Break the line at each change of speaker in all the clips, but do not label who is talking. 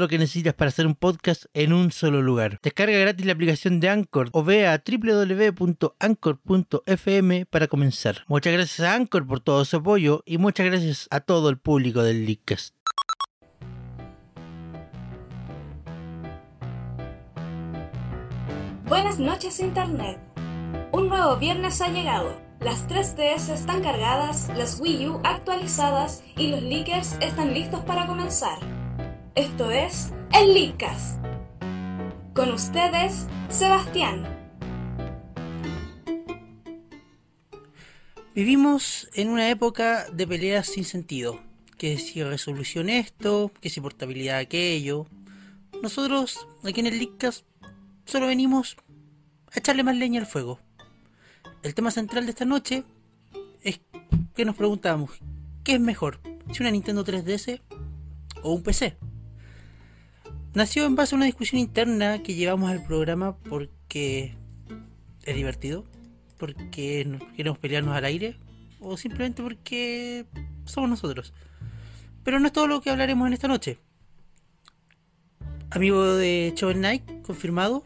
lo que necesitas para hacer un podcast en un solo lugar. Descarga gratis la aplicación de Anchor o ve a www.anchor.fm para comenzar. Muchas gracias a Anchor por todo su apoyo y muchas gracias a todo el público del Leadcast.
Buenas noches Internet. Un nuevo viernes ha llegado. Las 3DS están cargadas, las Wii U actualizadas y los leakers están listos para comenzar. Esto es el Leakcast. Con ustedes, Sebastián.
Vivimos en una época de peleas sin sentido. Que si resolución esto, que si portabilidad aquello. Nosotros, aquí en el Leadcast, solo venimos a echarle más leña al fuego. El tema central de esta noche es que nos preguntamos, ¿qué es mejor? ¿Si una Nintendo 3DS o un PC? Nació en base a una discusión interna que llevamos al programa porque es divertido, porque no- queremos pelearnos al aire o simplemente porque somos nosotros. Pero no es todo lo que hablaremos en esta noche. Amigo de Shovel Knight, confirmado.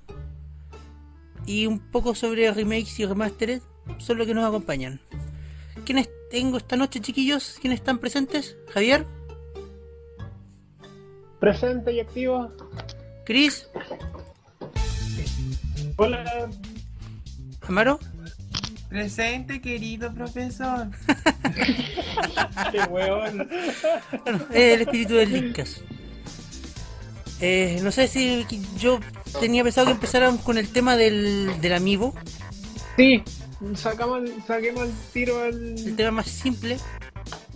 Y un poco sobre remakes y remasteres son los que nos acompañan. ¿Quiénes tengo esta noche, chiquillos? ¿Quiénes están presentes? Javier,
Presente y activo.
Chris,
Hola.
Amaro.
Presente, querido profesor.
Qué hueón.
Eh, el espíritu del Lickas. no sé si yo tenía pensado que empezáramos con el tema del, del amiibo,
Sí, sacamos, el- saquemos el tiro al.
el tema más simple,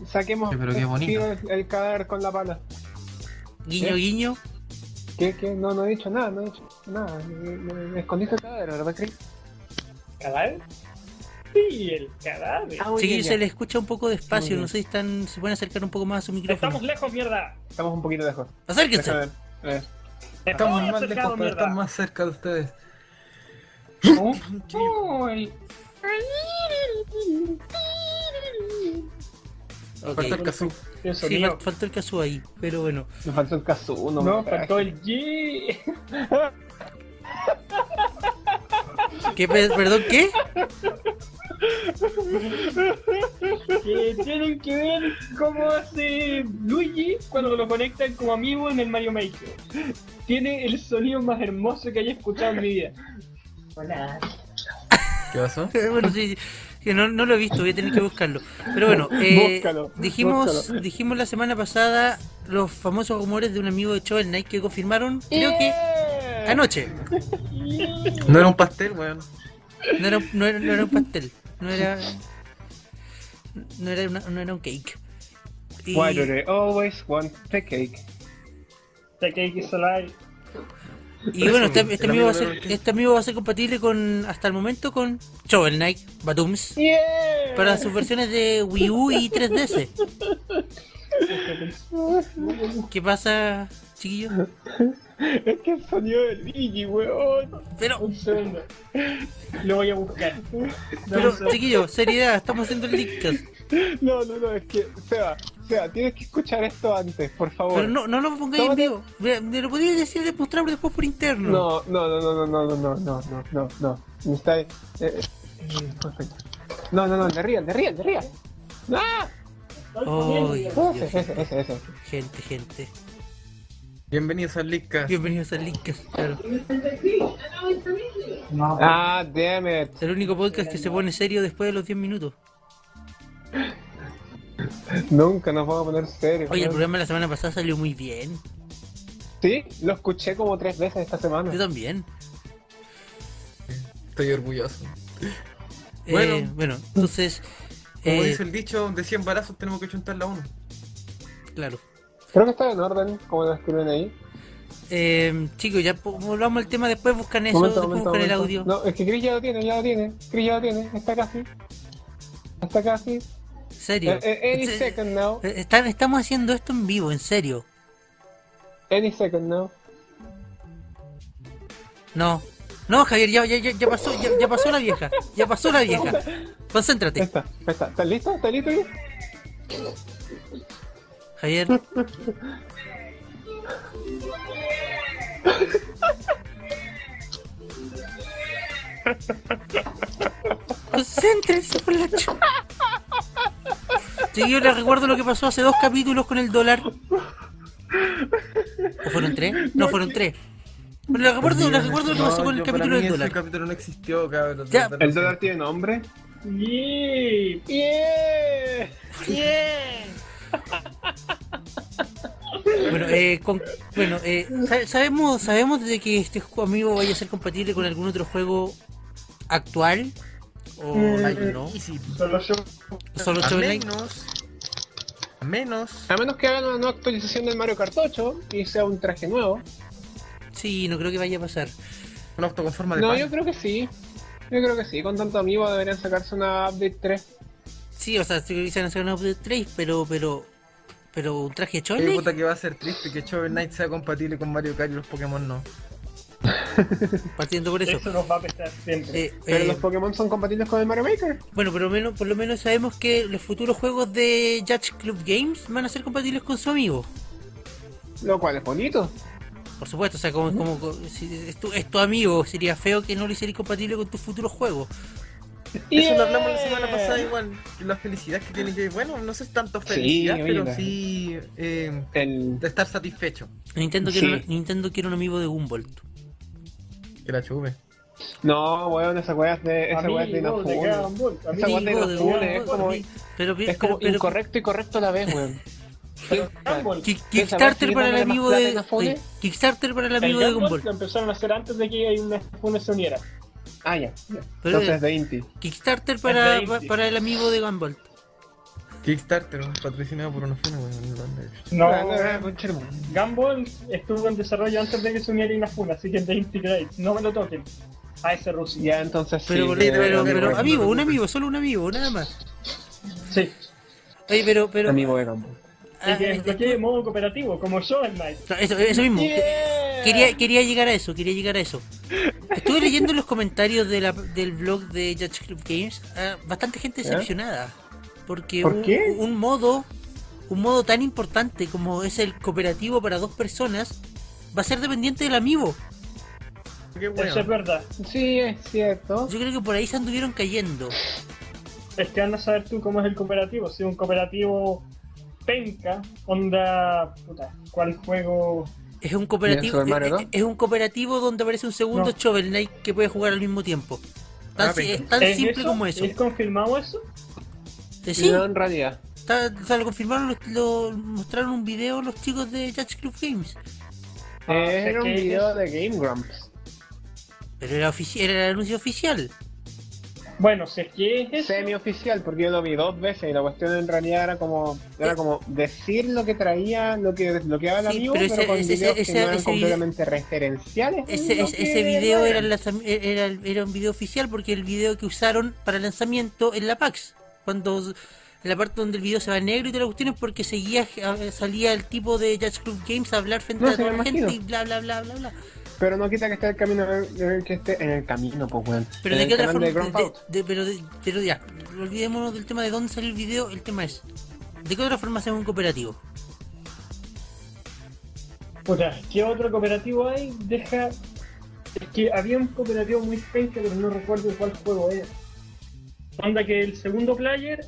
Saquemos
Sí, pero qué
el
bonito.
tiro al- al cadáver con la pala.
guiño
¿Eh?
guiño.
¿Qué, qué? No, no he dicho nada, no he dicho nada. Me, me- me escondiste el cadáver, ¿verdad, Chris?
cadáver? Sí, el cadáver.
Ah, muy bien,
Chiquillos,
ya.
se les escucha un poco despacio,
Muy
no sé si están, se pueden acercar un poco más a su micrófono.
pues.
Estamos lejos, mierda.
Estamos un poquito lejos.
Acérquense.
Déjame ver. a ver.
Estamos
Estoy
más
acercado,
lejos, pero
mierda.
estamos más cerca de ustedes.
Uy,
Ok.
Falta el kazoo.
qué
Sí,
sonido.
fal- faltó el caso ahí, pero bueno.
Me faltó el caso uno.
No,
me cae.
faltó el G.
¿Qué, pe- ¿Perdón qué?
Que tienen que ver cómo hace Luigi cuando lo conectan como amigo en el Mario Maker. Tiene el sonido más hermoso que haya escuchado en mi vida.
¿Qué pasó?
bueno, sí, que no, no lo he visto, voy a tener que buscarlo. Pero bueno, eh,
Búscalo,
dijimos,
búscalo.
dijimos la semana pasada los famosos rumores de un amigo de Shovel Knight que confirmaron, creo que anoche.
No era un pastel, weón.
No era, no era- no era un pastel, no era, no era, una- no era un cake. Y
Why do they always want the cake?
Este cake is alive.
y bueno, este, este
El
amigo va a
amigo
ser,
de-
este amigo va a ser compatible con, hasta el momento, con Shovel Knight, Batums,
Yeah.
para sus versiones de Wii U y 3DS. ¿Qué pasa, chiquillos?
Es que el sonido del Luigi, weón.
Pero
Un segundo. Lo voy a buscar. Dame un
Pero,
segundo.
chiquillos, seriedad, estamos haciendo el Leadcast.
No, no, no, es que, Seba, Seba, tienes que escuchar esto antes, por favor.
Pero no, no lo pongáis en
Tómate-
vivo. Me, me lo podéis decir demostrable después por interno.
No, no, no, no, no, no, no, no, no, no, no. no. Está, eh, eh, perfecto. No, no, no, de arriba, de arriba, de arriba. ¡Ah!
Ay,
Ese,
Dios.
ese, ese, ese.
Gente, gente.
Bienvenidos al Lickas.
Bienvenidos al Leadcast. Claro.
Ah, damn it.
El único podcast que se pone serio después de los 10 minutos.
Nunca nos vamos a poner serios.
Oye, el
weón.
programa de la semana pasada salió muy bien.
Sí, lo escuché como tres veces esta semana.
Yo también.
Estoy orgulloso.
Eh,
Bueno.
bueno, entonces,
Como
eh,
dice el dicho, de 100 balazos tenemos que chuntar la uno.
claro.
Creo que está en orden, como lo escriben ahí.
Eh, chicos, ya po- volvamos al tema, después buscan eso, después buscan el audio.
No, es que Chris ya lo tiene, ya lo tiene. Chris ya lo tiene, está casi. Está casi.
En serio.
Eh, eh, any
Este-
second now.
eh, está- estamos haciendo esto en vivo, en serio.
Any second now.
No. No, Javier, ya, ya, ya, ya pasó, ya, ya pasó la vieja. Ya pasó la vieja.
Ahí
Concéntrate.
está, ahí está. ¿Estás listo? ¿Estás listo? Chris?
Javier. Pues Concéntrense por la chu- Chiquillos, les recuerdo lo que pasó hace dos capítulos con el dólar. ¿O fueron tres? No, fueron tres. Pero les recuerdo, les recuerdo lo que pasó
No,
con el
yo- para
capítulo
mí
del
ese
dólar.
capítulo no existió, cabrón.
Ya.
Perdón.
¿El dólar tiene nombre?
Yeah.
¡Yeah!
Bueno, eh, con- bueno eh, sa- sabemos, sabemos de que este ju- amigo vaya a ser compatible con algún otro juego actual. O ay, no.
Easy.
Solo yo.
Solo
A
Shovel Knight.
menos. A menos.
A menos que hagan una nueva actualización del Mario Kart 8 y sea un traje nuevo.
Sí, no creo que vaya a pasar.
Un auto con forma de
No,
pan.
yo creo que sí. Yo creo que sí. Con tanto amigo deberían sacarse una update 3.
Sí, o sea, se dicen hacer una update 3, pero, pero, pero un traje
Qué
Shovel Knight
Eh, puta que va a ser triste que Shovel Knight sea compatible con Mario Kart y los Pokémon no.
partiendo por eso.
Eso nos va a pesar siempre.
Eh,
Pero
eh,
los Pokémon son compatibles con el Mario Maker.
bueno, por lo, menos, por lo menos sabemos que los futuros juegos de Judge Club Games van a ser compatibles con su amigo.
Lo cual es bonito.
Por supuesto, o sea, como, como- co- si es tu, es tu amigo, sería feo que no lo hicieras compatible con tus futuros juegos.
Eso lo hablamos la semana pasada igual. La felicidad que tiene que. Bueno, no sé si tanto felicidad,
Sí, oye,
pero
la-
sí. eh,
El...
de estar satisfecho.
Nintendo quiere,
Sí.
un- Nintendo quiere un amigo de Gumball.
Que la chuve.
No, weón, esa weá es de, esa weá es de
Amigo, de
Inafune.
Dragon Ball,
Esa
amigo.
weá de
Amigo de
los
Gumball,
funes, es como-
ami- pero, pero-
Es como
pero-
incorrecto y correcto a la vez, weón.
Pero Dragon Ball,
Ki-
¿Esa
Kickstarter
va
para el
a seguir dándole más
amigo
plata
de
a Inafune?
eh, Kickstarter para el
el
amigo de
Dragon Ball
Gumball.
lo empezaron a hacer antes de que hay una Fune se uniera.
Ah, ya. ya.
Pero-
Entonces es de Inti.
Kickstarter
Es
para,
de
pa-
Inti.
para el amigo de Gumball.
Kickstarter, ¿no? patrocinado por una funa, weón.
No,
Ah, ah, concha de madre.
Gumball estuvo en desarrollo antes de que se uniera Inafune, así que 20 grades, no me lo toquen. A ese ruso.
Ya, entonces sí.
Pero,
weón,
pero, pero-
amigo
pero
de-
amigo, un amigo, solo un amigo, nada más.
Sí.
Oye, pero, pero.
Amigo de campo.
ah,
Y que
eh,
desbloquee modo cooperativo, como Shovel Knight.
Claro, Eso, eso mismo. Quería, quería llegar a eso, quería llegar a eso. Estuve leyendo los comentarios de la- del blog de Judge Club Games. ah, bastante gente decepcionada. Porque
¿Eh? ¿Por
un,
qué?
un modo un modo tan importante como es el cooperativo para dos personas va a ser dependiente del amigo.
Qué
Eso es
bueno.
verdad.
Sí, es cierto.
Yo creo que por ahí se anduvieron cayendo.
Es que andas a saber tú cómo es el cooperativo. Si es un cooperativo penca, onda. Puta, ¿cuál juego?
Es un cooperativo
Bien, Super Mario,
es, es un cooperativo donde aparece un segundo
No.
Shovel Knight que puede jugar al mismo tiempo. Tan
Ah,
si-
venga.
es tan
¿Es
simple
eso?
como eso.
¿Es confirmado eso?
Eh, sí,
No, en realidad.
está- o sea, lo confirmaron, lo, lo- mostraron un video los chicos de Judge Club Games.
Ah, sé
Era un
que
video
es-
de Game Grumps.
Pero era, ofici- era el anuncio oficial.
Bueno, si es que es eso.
Semioficial, porque yo lo vi dos veces y la cuestión en realidad era como era como decir lo que traía, lo que desbloqueaba el
Sí,
amigo,
pero
pero,
ese-
con
ese-
videos
ese-
que no eran
ese
completamente referenciales. Mm,
Ese,
lo
ese-
que
ese video era,
eran.
el lanzam- era, el- era un video oficial porque el video que usaron para el lanzamiento en la PAX. Cuando s- en la parte donde el video se va en negro y todas las cuestiones porque seguía eh, salía el tipo de Judge Club Games a hablar frente
No,
a
sí,
toda
me
la gente y
imagino.
bla bla bla bla bla.
Pero no quita que esté el camino eh, que esté en el camino, pues weón.
Pero
En
de
el
qué otra
canal
forma
de Grump
de-
Out.
de- pero, de- pero ya, olvidémonos del tema de dónde salió el video, el tema es ¿De qué otra forma hacemos un cooperativo?
Puta, ¿qué otro cooperativo hay? Deja. Es que había un cooperativo muy penca, pero no recuerdo cuál juego era. Onda que el segundo player,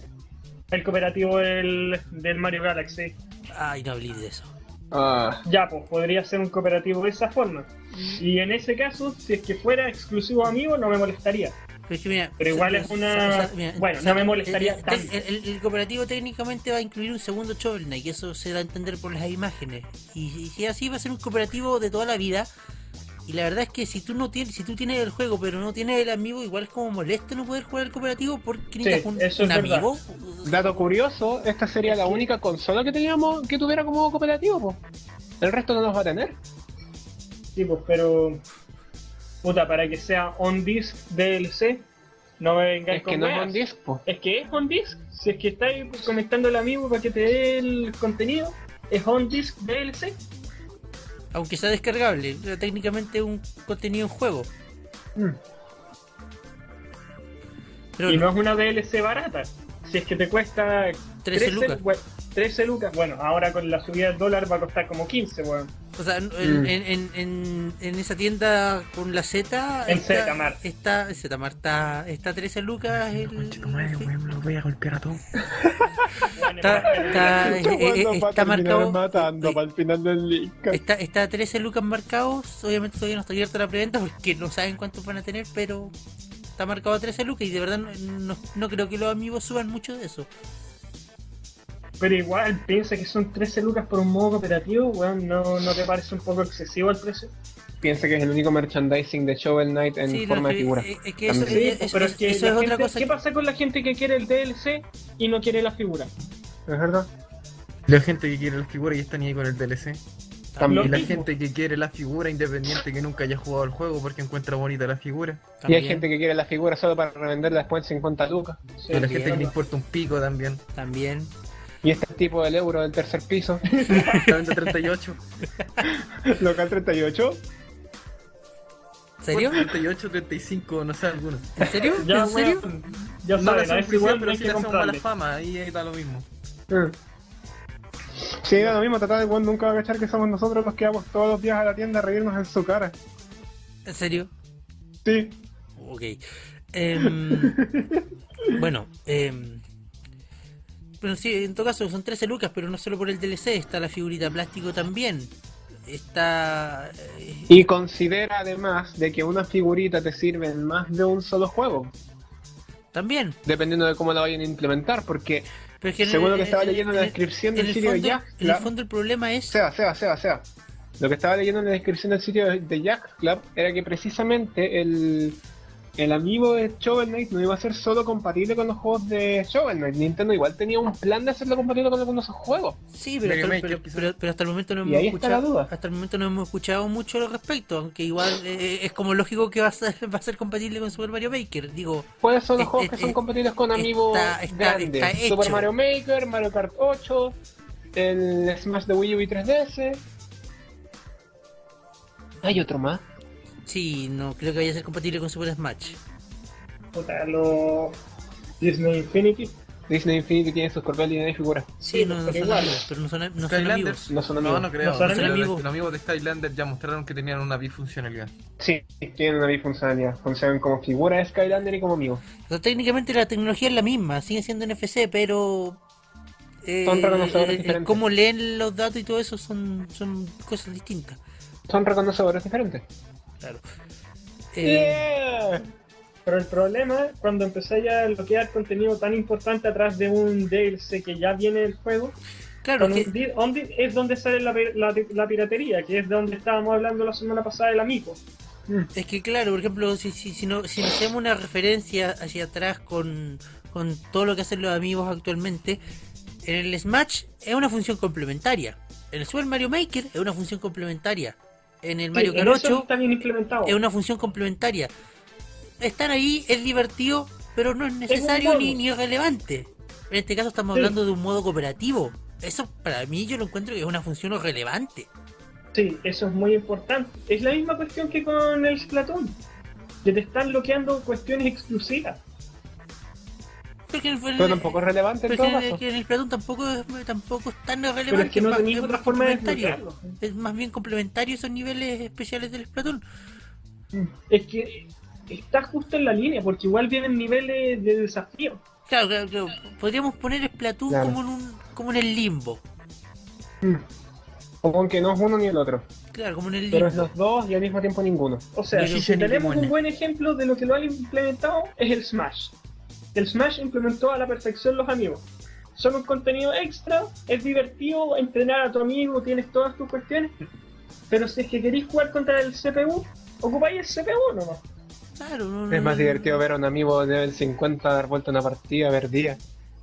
el cooperativo del, del Mario Galaxy.
Ay, no hablé de eso.
Ah,
Ya, pues podría ser un cooperativo de esa forma.
Mm.
Y en ese caso, si es que fuera exclusivo a mí, no me molestaría.
Pero, es que mira,
Pero igual es una- bueno, no me molestaría
el,
tanto.
el- el- el cooperativo técnicamente va a incluir un segundo Shovel Knight, y eso se da a entender por las imágenes. Y, y si así va a ser un cooperativo de toda la vida, Y la verdad es que si tú no tienes, si tú tienes el juego pero no tienes el amigo, igual es como molesto no poder jugar el cooperativo porque necesitas un,
eso es
un
verdad.
amigo.
Dato curioso, esta sería la única consola que teníamos que tuviera como modo cooperativo, po. El resto no nos va a tener.
Sí, pues, pero. Puta, para que sea on disc DLC, no me vengáis
Es
con
que no es
weas.
un disco.
Es que es on disc. Si es que estáis conectando el amigo para que te dé el contenido, es on disc DLC.
Aunque sea descargable, pero técnicamente es un contenido en juego. Pero
Mm. y
no,
no es una DLC barata. Si es que te cuesta
13 lucas.
we- 13 lucas. Bueno, ahora con la subida del dólar va a costar como 15, weón.
O sea, en,
Mm.
en, en, en- en esa tienda con la Z.
En
está-
Zetamar.
Está, Zetamar, está, está 13 lucas. El,
Los voy a golpear a todos.
Weón,
está,
es
está,
Este
eh, eh,
weón nos va a
está
terminar
marcado.
matando
eh,
para el final del link.
Está, está 13 lucas marcados. Obviamente todavía no está abierta la preventa porque no saben cuántos van a tener, pero está marcado a 13 lucas y de verdad no, no- no creo que los amigos suban mucho de eso.
Pero igual, piensa que son 13 lucas por un modo cooperativo, weón. ¿No, ¿No te parece un poco excesivo el precio?
Piensa que es el único merchandising de Shovel Knight en
Sí, lo
forma de
que-
figura.
eh, es que eso,
También.
Sí,
eh, eso-
pero es que
eso
la
es otra
gente-
cosa.
¿Qué pasa con la gente que quiere el DLC y no quiere la figura?
¿Es verdad?
La gente que quiere la figura y está ni ahí con el DLC.
También.
Y la
mismo.
gente que quiere la figura independiente que nunca haya jugado al juego porque encuentra bonita la figura.
Y
También,
hay gente que quiere la figura solo para revenderla después en 50 lucas.
Sí,
Y la
También.
gente que le importa un pico también.
también.
Y este tipo del euro del tercer piso,
Está vende 38.
local 38.
¿En serio?
38, 35, no sé, algunos.
¿En serio?
Ya,
¿En serio?
weón, ya
No le
saben, a
hacen
ese
prisión,
weón no
pero
hay
sí
que
le hacen mala
comprarle.
fama. Ahí ahí da lo mismo.
Mm. Sí, da lo mismo, tratar de weón nunca va a cachar que somos nosotros los que vamos todos los días a la tienda a reírnos en su cara.
¿En serio?
Sí.
Ok. Em, bueno, em, pero sí, en todo caso son 13 lucas, pero no solo por el DLC, está la figurita de plástico también. Está. eh,
Y considera además de que una figurita te sirve en más de un solo juego,
también.
dependiendo de cómo la vayan a implementar, porque
Pero es que en-
según lo que
en-
estaba
en-
leyendo en
en
la
el-
descripción
en
del
el
sitio de
fondo-
Jack,
En
Club-
el fondo, el problema es.
sea, sea, sea, sea. Lo que estaba leyendo en la descripción del sitio de- de Jack Club era que precisamente el, el amigo de Shovel Knight no iba a ser solo compatible con los juegos de Shovel Knight. Nintendo igual tenía un plan de hacerlo compatible con algunos juegos.
Sí, pero
Mega
hasta,
Maker,
pero,
quizás.
pero- pero hasta el momento no
Y
hemos
ahí está
escuchado.
la duda.
Hasta el momento no hemos escuchado mucho al respecto, aunque igual eh, es como lógico que va a ser, va a ser compatible con Super Mario Maker. Digo,
¿Cuáles son los
Eh,
juegos
eh,
que
eh,
son compatibles con amigos
está- está-
grandes?
está hecho.
Super Mario Maker, Mario Kart 8, el Smash de Wii U y 3DS. Hay otro más.
sí, no creo que vaya a ser compatible con Super Smash.
Puta, lo... Disney Infinity.
Disney Infinity tiene sus corpeles y tiene figuras.
Sí, no, no
pero
son
igual.
amigos, pero no son, no son amigos.
Skylanders.
No son
No,
amigos.
no creo.
No son
Los-
amigos.
Los amigos de Skylanders ya mostraron que tenían una bifuncionalidad.
Sí, tienen una bifuncionalidad. Funcionan como figura de Skylander y como amigos.
O sea, técnicamente la tecnología es la misma, sigue siendo NFC, pero. eh,
Son reconocedores
eh,
diferentes.
Cómo leen los datos y todo eso son, son cosas distintas.
Son reconocedores diferentes.
Claro. Eh,
Pero el problema, cuando empecé ya a bloquear contenido tan importante atrás de un DLC que ya viene del juego,
claro,
con
que-
un di- on di- es donde sale la, pi- la- la piratería, que es de donde estábamos hablando la semana pasada del amigo.
Es que claro, por ejemplo, si, si, si, no, si nos hacemos una referencia hacia atrás con, con todo lo que hacen los amigos actualmente, en el Smash es una función complementaria. En el Super Mario Maker es una función complementaria. En el Mario
Sí,
Kart
en eso
8
está bien implementado.
es una función complementaria. Están ahí, es divertido, pero no es necesario ni,
bonus.
ni es relevante. En este caso estamos
Sí.
hablando de un modo cooperativo. Eso para mí yo lo encuentro que es una función relevante.
Sí, eso es muy importante. Es la misma cuestión que con el Splatoon, que te están bloqueando cuestiones exclusivas.
Porque en el-
Pero tampoco es relevante en
Pero
todo
que en,
caso.
que en el Platón tampoco es, tampoco es tan relevante.
Pero es que no
más-
tenéis
es
otra
más
forma de
complementario.
desbloquearlo.
Es más bien complementario esos niveles especiales del Platón.
Es que está justo en la línea, porque igual vienen niveles de desafío.
Claro, claro, claro. Podríamos poner el Platón
Claro.
como, en un, como en el limbo.
Como que no es uno ni el otro.
Claro, como en el
Pero es
limbo.
los dos y al mismo tiempo ninguno.
O sea,
Ni
si
chicha ni
tenemos
limón.
un buen ejemplo de lo que lo han implementado es el Smash. El Smash implementó a la perfección los amigos. Son un contenido extra, es divertido entrenar a tu amigo, tienes todas tus cuestiones. Pero si es que queréis jugar contra el CPU, ocupáis el CPU nomás.
Claro, no, no,
Es más
no,
divertido ver a un amigo de nivel 50 dar vuelta una partida, perdida.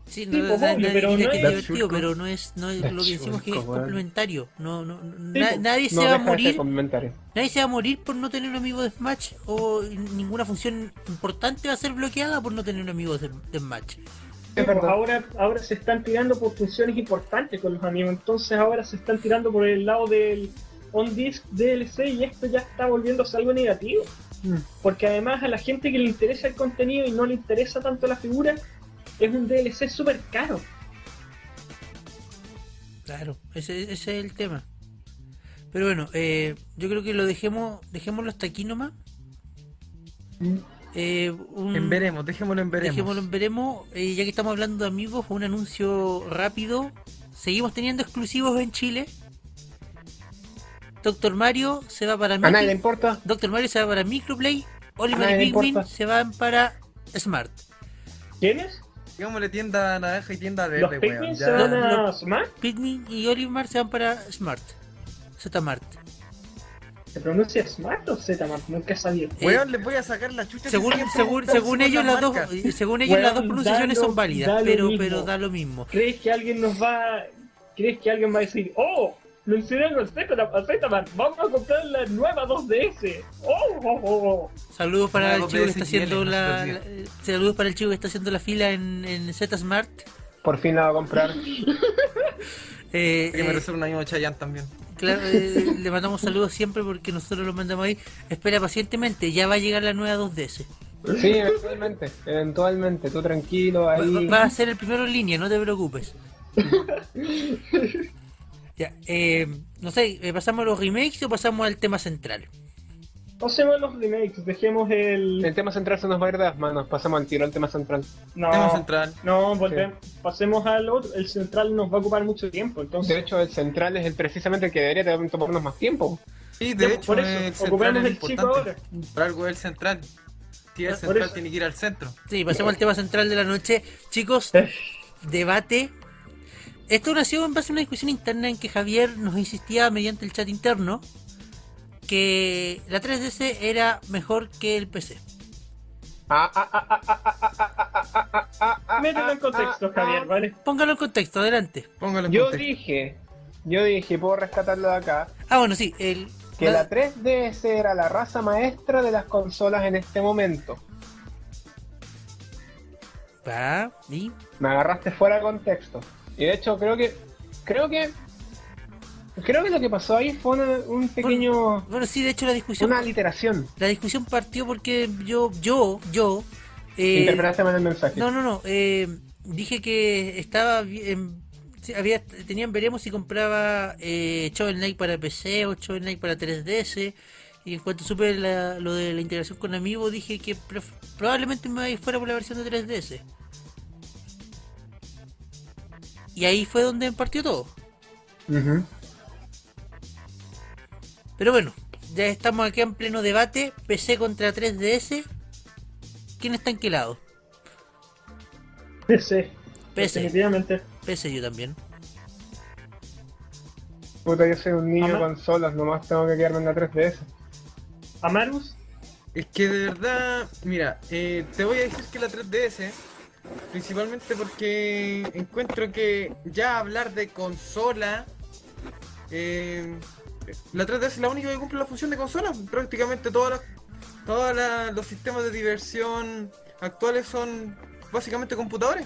Sí,
Sí,
no,
pues,
na-
obvio,
nadie
pero
dice
no
que
es-
es divertido,
Churco.
pero no es, no es lo que decimos que es
Churco, weón.
complementario. No, no,
Sí,
na-
pues,
nadie se
No
va a
deja de ser
morir,
comentario.
nadie se va a morir por no tener un amigo de Smash o ninguna función importante va a ser bloqueada por no tener un amigo de, de Smash.
Sí, pues,
verdad.
ahora, ahora se están tirando por funciones importantes con los amigos, entonces ahora se están tirando por el lado del on disk DLC y esto ya está volviéndose algo negativo. Porque además a la gente que le interesa el contenido y no le interesa tanto la figura, es un DLC súper caro.
Claro, ese, ese es el tema. Pero bueno, eh, yo creo que lo dejemos, dejémoslo hasta aquí nomás. Eh, un-
Mm. En veremos, dejémoslo en veremos.
Dejémoslo en veremos. Eh, ya que estamos hablando de amigos, un anuncio rápido. Seguimos teniendo exclusivos en Chile. Doctor Mario se va para
A nadie le
Micro...
importa.
Doctor Mario se va para Microplay.
A
Oliver y
nadie le
Pikmin
importa.
se van para Smart.
¿Quiénes?
Digámosle tienda naranja y tienda
Los
verde, pues, weón.
Pikmin
ya.
se van
Lo-
a sumar.
Pikmin y Olimar se van para Smart. Zmart.
¿Se pronuncia Smart o Zmart? Nunca sabía.
Eh,
Weón, les voy a sacar la chucha. si
Según,
siguen
según,
preguntando
según
sobre
ellos
las
las dos,
marcas.
eh, según ellos
Weón,
las dos pronunciadas
da lo-
son válidas,
da lo
pero,
mismo.
pero da lo mismo.
¿Crees que alguien nos va ¿Crees que alguien va a decir, oh, mencionaron a Zmart, vamos a comprar la nueva 2DS? ¡Oh, oh, oh! oh.
Saludos para
Ah,
el
dos
chico que
veces
está haciendo
Yelen,
la,
no se
la- saludos para el chico que está haciendo la fila en, en Z Smart.
Por fin la va a comprar.
Eh,
Que me
eh,
resuelve un amigo Chayanne también.
claro, eh, le mandamos saludos siempre porque nosotros lo mandamos ahí. Espera pacientemente, ya va a llegar la nueva 2DS.
Sí, eventualmente. Eventualmente. Tú tranquilo
Va,
ahí.
va- va a ser el primero en línea, no te preocupes. ya, eh, no sé, eh, ¿pasamos a los remakes o pasamos al tema central?
Pasemos a los remakes, dejemos el...
El tema central se nos va a ir de las manos. Pasamos al tiro al tema central.
Tema
No,
central.
no, volvemos. Pasemos al otro. El central nos va a ocupar mucho tiempo,
De
entonces...
hecho, el central es el precisamente el que debería tomarnos más tiempo.
Sí, de
Ya,
hecho,
por eso,
el central
ocupemos
es
el chico
importante.
ahora.
Por algo es el central. Si el
Ah, por
central
eso.
tiene que ir al centro.
Sí, pasemos
Eh.
al tema central de la noche. Chicos, debate. Esto nació en base a una discusión interna en que Javier nos insistía mediante el chat interno que la 3DS era mejor que el PC.
Ah, ah, ah, ah, ah, ah, ah, ah, ah, ah, ah, ah, ah,
Mételo en contexto,
ah,
Javier,
ah.
¿vale?
Póngalo en contexto, adelante.
Póngalo en
Yo
contexto.
dije, yo dije, puedo rescatarlo de acá,
Ah, bueno, sí, el...
que la 3DS era la raza maestra de las consolas en este momento.
Ah, sí.
Me agarraste fuera de contexto. Y de hecho, creo que, creo que, creo que lo que pasó ahí fue una- un pequeño,
Bueno, sí, de hecho la discusión...
una literación.
La discusión partió porque yo, yo, yo... eh,
Interpretaste mal el mensaje.
No, no, no. eh, dije que estaba bien. sí, había, tenían, veremos si compraba eh, Shovel Knight para PC o Shovel Knight para 3DS. Y en cuanto supe la- lo de la integración con Amiibo, dije que pref- probablemente me vaya fuera por la versión de 3DS. Y ahí fue donde partió todo.
Ujú.
Pero bueno, ya estamos aquí en pleno debate. PC contra 3DS. ¿Quién está en qué lado?
PC.
PC.
Definitivamente.
PC yo también.
Puta, yo soy un niño
Mamá.
de consolas, nomás tengo que quedarme en la 3DS.
Amarus,
Es que de verdad, mira, eh, te voy a decir que la 3DS, principalmente porque encuentro que ya hablar de consola, eh, la 3DS es la única que cumple la función de consola. pues, Prácticamente todos los, todas las- los sistemas de diversión actuales son básicamente computadores.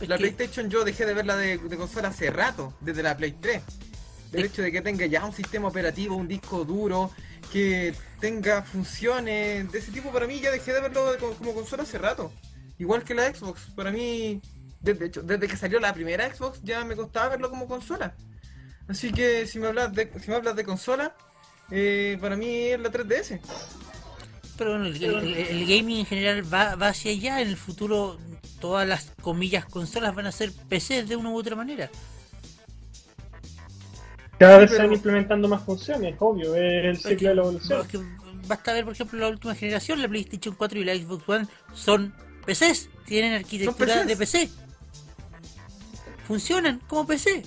Es
la
que-
PlayStation yo dejé de verla de, de consola hace rato, desde la Play 3. El
Es-
hecho de que tenga ya un sistema operativo, un disco duro, que tenga funciones de ese tipo, para mí ya dejé de verlo de co- como consola hace rato. Igual que la Xbox, para mí, desde, de hecho, desde que salió la primera Xbox ya me costaba verlo como consola. Así que si me hablas de, si me hablas de consola, eh, para mí es la 3DS.
Pero bueno, el, el- el gaming en general va, va hacia allá. En el futuro, todas las comillas consolas van a ser PCs de una u otra manera.
cada vez
pero-
se van implementando más funciones, obvio, es el ciclo de la evolución.
Porque basta ver, por ejemplo, la última generación, la PlayStation 4 y la Xbox One son PCs. Tienen arquitectura
PCs.
de PC. Funcionan como PC.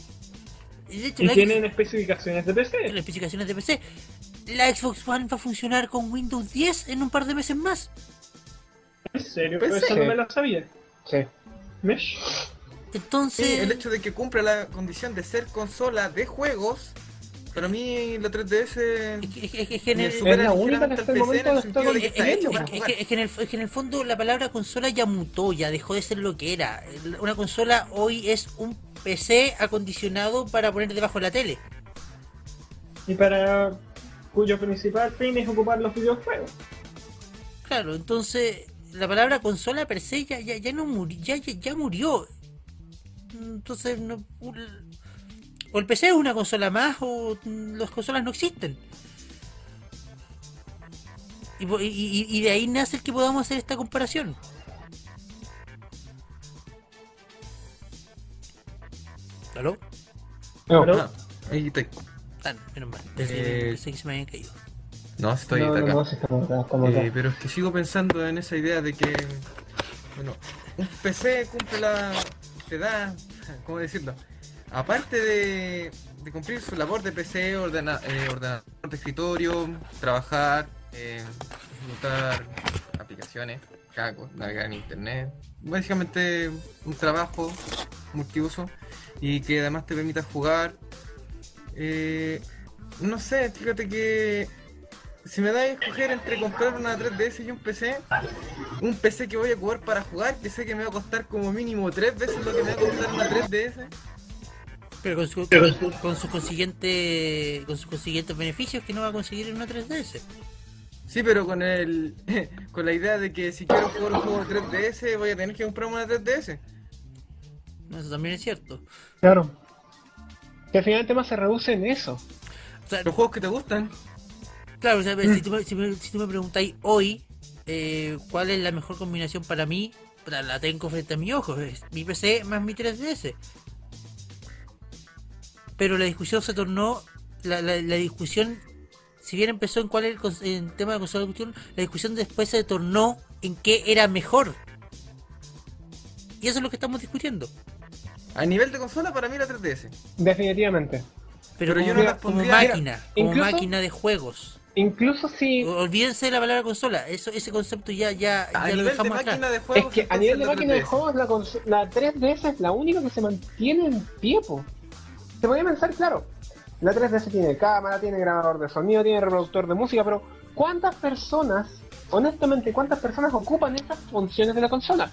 Y de hecho,
Y
la-
tienen especificaciones de PC.
las especificaciones de PC. la Xbox One va a funcionar con Windows 10 en un par de meses más.
¿En serio?
Pues
Eso
sí.
no me lo sabía.
Sí.
Mesh.
Entonces,
Sí, el hecho de que cumpla la condición de ser consola de juegos, para mí la 3DS
es que- es que- es que en
me
el-
supera
Es la única que
ligeramente
hasta
al
el
PC en
momento
el
no está
sentido de que
Es
está
que- es
hecho para
que- es
jugar.
que- es que en el- es que en el fondo la palabra consola ya mutó, ya dejó de ser lo que era. El- Una consola hoy es un PC acondicionado para poner debajo de la tele.
Y para cuyo principal fin es ocupar los videojuegos.
Claro, entonces la palabra consola per se ya, ya, ya no murió, ya, ya, ya murió. Entonces, no, un- o el PC es una consola más o mm, las consolas no existen. Y, po- y- y- y de ahí nace el que podamos hacer esta comparación. ¿Aló?
No,
Pero-
Ah, ahí estoy.
Ah, no, menos mal. Pensé-
Eh,
pensé que se me habían caído.
No, estoy
no,
acá.
no, no, sí, estamos acá, estamos acá.
Eh, pero es que sigo pensando en esa idea de que, bueno, un PC cumple la, te da, ¿cómo decirlo? Aparte de, de cumplir su labor de PC, ordena, eh, ordenador de escritorio, trabajar, eh, ejecutar aplicaciones, cago, navegar en internet, básicamente un trabajo multiuso y que además te permita jugar. eh, no sé, fíjate que si me da a escoger entre comprar una 3DS y un PC, un PC que voy a jugar para jugar, que sé que me va a costar como mínimo tres veces lo que me va a costar una 3DS,
Pero con, su- con, con sus consiguientes con sus consiguientes beneficios que no va a conseguir en una 3DS.
sí, pero con el con la idea de que si quiero jugar un juego de 3DS voy a tener que comprarme una 3DS.
No, Eso también es cierto.
Claro.
Que al final el tema se reduce en eso.
O sea,
Los juegos que te gustan,
claro, o sea, si, tú me, si, me, si tú me preguntáis hoy eh, cuál es la mejor combinación para mí, puta, la tengo frente a mis ojos. Es mi PC más mi 3DS. Pero la discusión se tornó. La, la, la discusión, si bien empezó en cuál era el, cons- en tema de consola de cuestión, la discusión después se tornó en qué era mejor. Y eso es lo que estamos discutiendo.
a nivel de consola para mí la 3DS.
Definitivamente.
Pero,
Pero yo
como,
no las
como
pondría-
máquina, como
incluso-
máquina de juegos.
Incluso
eh,
si.
O- Olvídense de la palabra consola, eso, ese concepto ya, ya,
A
ya lo
Ah, nivel de
dejamos
máquina
atrás.
de
Es
juegos,
que a
entonces
nivel de
la
máquina de
3DS.
juegos, la, cons- la 3DS es la única que se mantiene en pie, po. Se podía pensar, claro. La 3DS tiene cámara, tiene grabador de sonido, tiene reproductor de música, pero ¿cuántas personas, honestamente, cuántas personas ocupan estas funciones de la consola?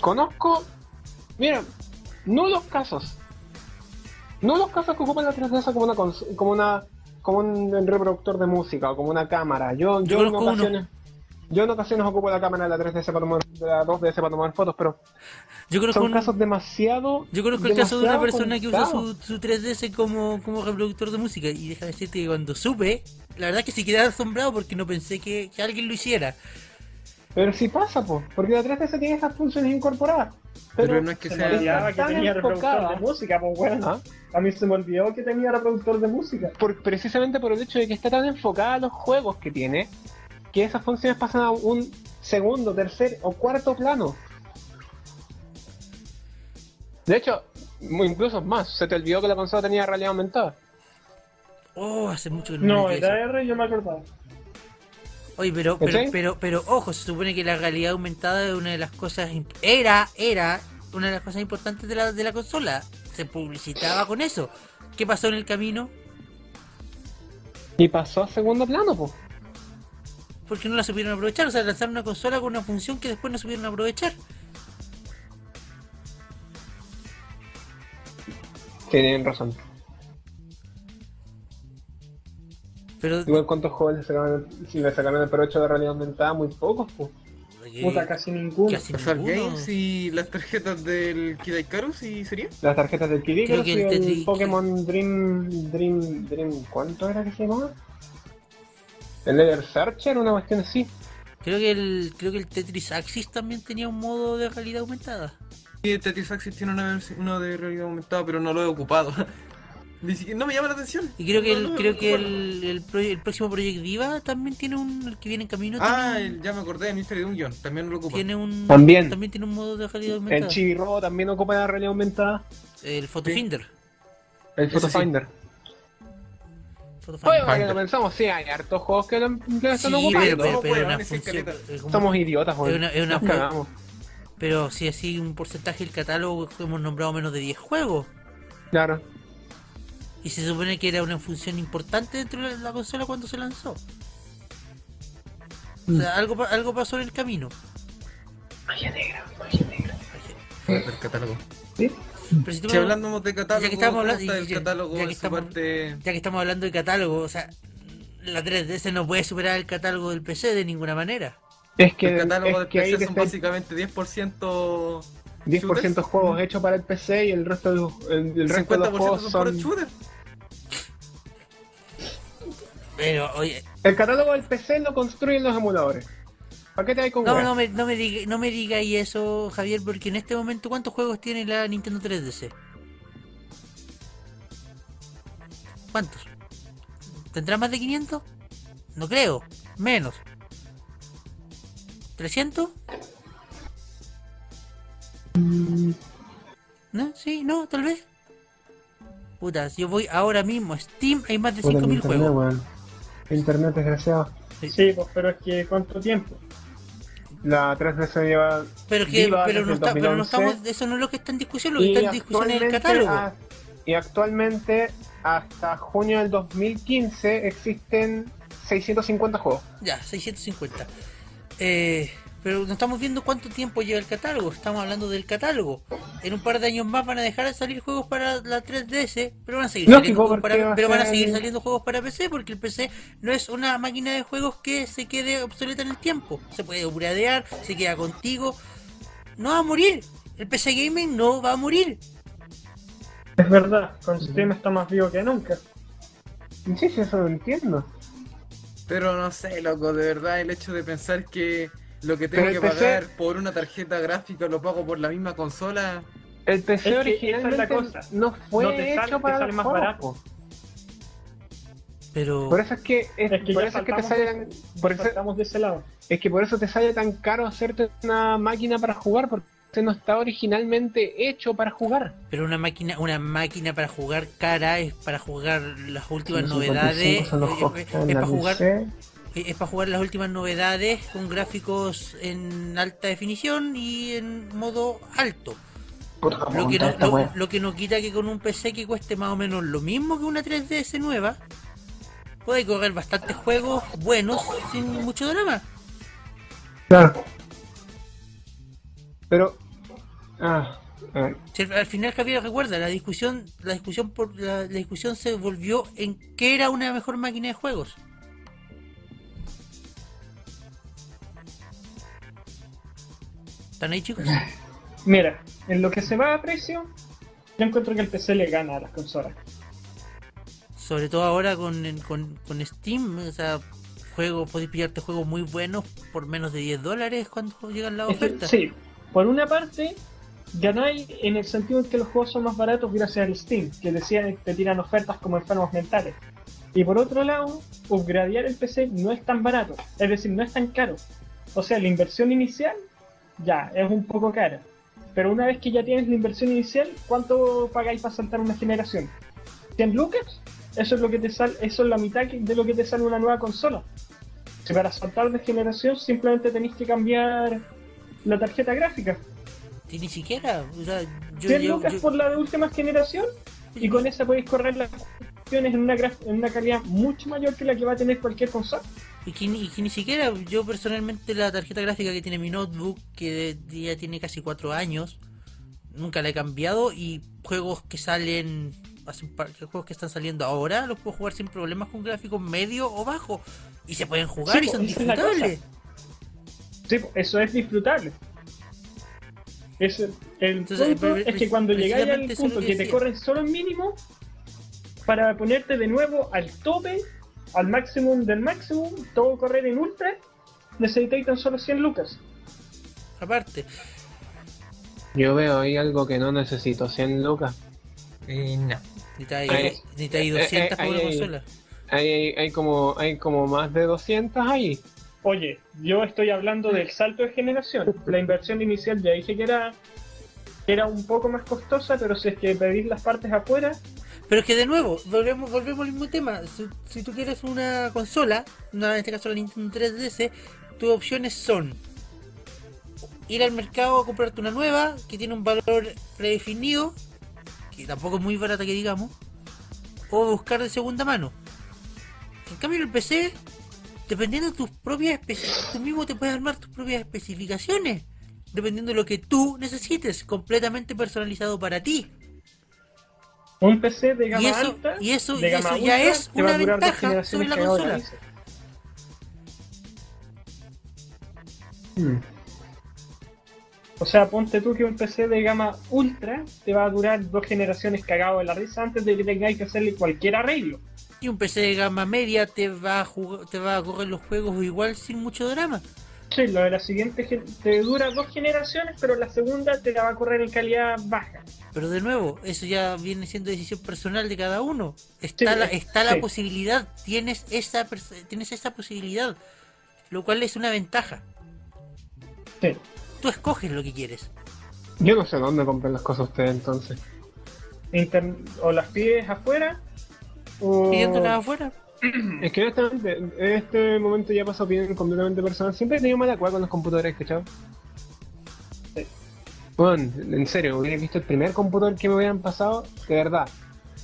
Conozco, mira, no los casos. No los casos que ocupan la 3DS como una cons- como una como un reproductor de música o como una cámara. Yo,
Yo
yo, en
conozco uno.
ocasiones yo en ocasiones ocupo la cámara de la 3DS para tomar, de la 2DS para tomar fotos, pero
Yo conozco,
son
un-
casos demasiado.
yo conozco el caso de una
demasiado
persona que usa
contados.
su, su 3DS como, como reproductor de música y déjame decirte que cuando supe, la verdad es que se quedé asombrado porque no pensé que, que alguien lo hiciera.
Pero sí pasa, po, porque la 3DS tiene esas funciones incorporadas. Pero,
Pero no es que
Se me
sea
olvidaba que
tan
tenía reproductor
enfocada.
de música, pues bueno.
¿Ah?
A mí se me olvidó que tenía reproductor de música.
por- precisamente por el hecho de que está tan enfocada a los juegos que tiene, que esas funciones pasan a un segundo, tercer o cuarto plano. De hecho, mu- incluso más, se te olvidó que la consola tenía realidad aumentada.
Oh, hace mucho que no,
No,
me metía
era
eso.
R yo me acordaba.
Oye, pero, pero,
¿Cachai?
pero, pero, ojo, se supone que la realidad aumentada es una de las cosas, imp- era, era una de las cosas importantes de la, de la consola. Se publicitaba con eso. ¿Qué pasó en el camino?
Y pasó a segundo plano, pues.
porque no la supieron aprovechar. O sea, lanzaron una consola con una función que después no supieron aprovechar.
Tienen razón.
Pero
Igual cuántos juegos le sacaron, si le sacaron el provecho de realidad aumentada, muy pocos, pues.
eh,
Puta, casi ninguno.
casi
O sea,
ninguno.
games y las tarjetas del Kid Icarus y sería.
Las tarjetas del Kid
Creo
Icarus
que
y
el
el
Tetris-
Pokémon Dream, Dream, Dream, ¿cuánto era que se llamaba? El Leather Searcher, una cuestión así.
Creo que el creo que el Tetris Axis también tenía un modo de realidad aumentada.
Y Tetris Axis tiene una vers- uno de realidad aumentada, pero no lo he ocupado. Ni siquiera- no me llama la atención.
Y creo que
No,
el
no,
creo que
bueno.
el, el, pro- el próximo Project Diva también tiene un el que viene en camino
Ah,
también
el- ya me acordé de Mystery Dungeon, también lo ocupa.
tiene un
También.
también tiene un modo de realidad
El
aumentada.
Chibi-Robo también ocupa la realidad aumentada.
El Photofinder.
El
Ese sí.
Photofinder.
Photo
Oye,
Finder.
bueno, comenzamos, sí, hay hartos juegos que lo, que lo
Sí,
están
pero,
ocupando.
pero- pero
weón,
una
ese
función.
caleta.
es como-
Somos idiotas, weón.
Es una- es una-
Nos cagamos.
Pero si así un porcentaje del catálogo hemos nombrado menos de 10 juegos.
Claro.
Y se supone que era una función importante dentro de la consola cuando se lanzó. O sea, algo, pa- algo pasó en el camino.
Magia negra, magia negra.
Joder, del catálogo.
Pero si tú
Si
me-
hablamos de catálogo,
Ya que estamos hablando-
¿cómo está
ya-
el catálogo
ya que
en su
estamos-
parte.
Ya que estamos hablando de catálogo, o sea, la 3DS no puede superar el catálogo del PC de ninguna manera.
Es que,
El catálogo
es
del
que ahí
PC son
está
básicamente 10%
10%
shooters.
juegos hechos para el PC y el resto de los, el, el resto de los
50%
juegos
son puros
son...
shooters.
Pero, oye,
El catálogo del PC lo construyen los emuladores. ¿Para qué te hay con
no,
weas?
no me, no me diga- no me digáis eso, Javier, porque en este momento, ¿cuántos juegos tiene la Nintendo 3DS? ¿Cuántos? ¿Tendrá más de 500? No creo, menos. ¿300? ¿No? ¿Sí? ¿No? ¿Tal vez? Putas, yo voy ahora mismo a Steam, hay más de
Puta, el
5.000
internet,
juegos.
weón. Internet, desgraciado.
Sí, pues, pero es que ¿cuánto tiempo?
La 3DS lleva...
Pero que,
viva
pero, no
desde
está-
el
pero
2011.
no estamos, eso no es lo que está en discusión, lo que está en discusión es el
actualmente
catálogo.
a- y actualmente, hasta junio del 2015, existen 650 juegos.
Ya, 650. Eh, pero no estamos viendo cuánto tiempo lleva el catálogo, estamos hablando del catálogo. En un par de años más van a dejar de salir juegos para la 3DS, pero van a seguir,
Lógico,
saliendo,
porque
juegos para-
va a
pero van a
ser-
seguir saliendo juegos para PC, porque el PC no es una máquina de juegos que se quede obsoleta en el tiempo. Se puede upgradear, se queda contigo. No va a morir. El PC Gaming no va a morir.
Es verdad, con Steam está más vivo que nunca.
Sí, sí, eso lo entiendo.
Pero no sé, loco, de verdad, el hecho de pensar que lo que tengo
Pero el
que
PC
pagar por una tarjeta gráfica lo pago por la misma consola.
El
Es
PC
que
originalmente
esa es la cosa.
no fue
No te sale-
hecho
te
para
sale
los
más
juegos.
barato.
Pero...
Por eso es que, es-
Es que
por
ya
eso es que te
saltamos-
sale tan, por eso-
Estamos de ese lado.
es que por eso te sale tan caro hacerte una máquina para jugar porque no está originalmente hecho para jugar.
Pero una máquina, una máquina para jugar cara es para jugar las últimas
55
novedades.
son los juegos que
Es,
están en la
para jugar,
PC.
es para jugar las últimas novedades con gráficos en alta definición y en modo alto.
Puta,
Lo que,
monta
no,
esta
lo,
wea.
lo que no quita que con un PC que cueste más o menos lo mismo que una 3DS nueva, puede correr bastantes juegos buenos sin mucho drama.
Claro. Pero. Ah, a ver.
Si al- Al final, Javier, recuerda, la discusión, la discusión por la, la discusión se volvió en qué era una mejor máquina de juegos. ¿Están ahí, chicos?
Mira, en lo que se va a precio, yo encuentro que el PC le gana a las consolas.
Sobre todo ahora con, en- con, con Steam, o sea, juegos, podéis pillarte juegos muy buenos por menos de 10 dólares cuando llegan las
Es que,
ofertas.
sí, por una parte, ganáis en el sentido en que los juegos son más baratos gracias al Steam, que decían te tiran ofertas como enfermos mentales. Y por otro lado, upgradear el PC no es tan barato, es decir, no es tan caro. O sea, la inversión inicial ya es un poco cara. Pero una vez que ya tienes la inversión inicial, ¿cuánto pagáis para saltar una generación? ¿100 lucas? Eso es lo que te sale, eso es la mitad que- de lo que te sale una nueva consola. Si para saltar de generación simplemente tenéis que cambiar la tarjeta gráfica.
Y ni siquiera, o sea, yo,
100
yo-
lucas
yo-
por la de última generación y con esa podéis correr las cuestiones en una, graf- en una calidad mucho mayor que la que va a tener cualquier consola.
Y que, ni- y que ni siquiera, yo personalmente la tarjeta gráfica que tiene mi notebook, que de- ya tiene casi cuatro años, nunca la he cambiado y juegos que salen, hace un par- que juegos que están saliendo ahora, los puedo jugar sin problemas con gráficos medio o bajo. Y se pueden jugar
Sí,
y
po,
son
esa es la cosa.
disfrutables.
Sí, po, eso es disfrutable. Eso- el
Entonces,
punto
pre-
es que cuando llegáis
precisamente
al
eso es lo
punto
que
que te
decía.
corren solo el mínimo, para ponerte de nuevo al tope, al máximo del máximo, todo correr en ultra, necesitáis tan solo 100 lucas.
Aparte,
Yo veo ahí algo que no necesito, 100 lucas.
Y eh, no.
ni te hay,
Ahí-
ni te hay
eh,
200
eh,
por una
ahí-
consola.
Hay, hay, hay como, hay como más de 200 ahí.
Oye, yo estoy hablando del salto de generación. La inversión inicial ya dije que era, que era un poco más costosa, pero si es que pedís las partes afuera,
Pero es que de nuevo, volvemos, volvemos al mismo tema. Si, si tú quieres una consola, una, en este caso la Nintendo 3DS, tus opciones son ir al mercado a comprarte una nueva que tiene un valor predefinido, que tampoco es muy barata que digamos, o buscar de segunda mano. En cambio en el PC, dependiendo de tus propias especificaciones, tú mismo te puedes armar tus propias especificaciones, dependiendo de lo que tú necesites, completamente personalizado para ti.
Un PC de gama
Y eso,
alta.
y eso, y
de gama
eso ya
ultra,
es
te va
una
a durar dos
ventaja
generaciones
sobre la
que ahora
consola.
dice.
Mm.
Hmm. O sea, ponte tú que un PC de gama ultra te va a durar dos generaciones cagado de la risa antes de que tengáis que hacerle cualquier arreglo.
Y un PC de gama media te va a jugar- te va a correr los juegos igual sin mucho drama.
Sí, lo de la siguiente gen- te dura dos generaciones, pero la segunda te la va a correr en calidad baja.
Pero de nuevo, eso ya viene siendo decisión personal de cada uno. Está
Sí,
la, está la
sí.
posibilidad, tienes esa, pers- tienes esa posibilidad, lo cual es una ventaja.
Sí.
Tú escoges lo que quieres.
Yo no sé dónde compran las cosas ustedes entonces.
Inter- o las pides afuera o...
Pidiéndola afuera.
Es que honestamente, en este momento ya pasó bien completamente personal. Siempre he tenido mala cueva con los computadores, ¿cachado?
Sí.
Bueno, en serio, hubiera visto el primer computador que me hubieran pasado, de verdad.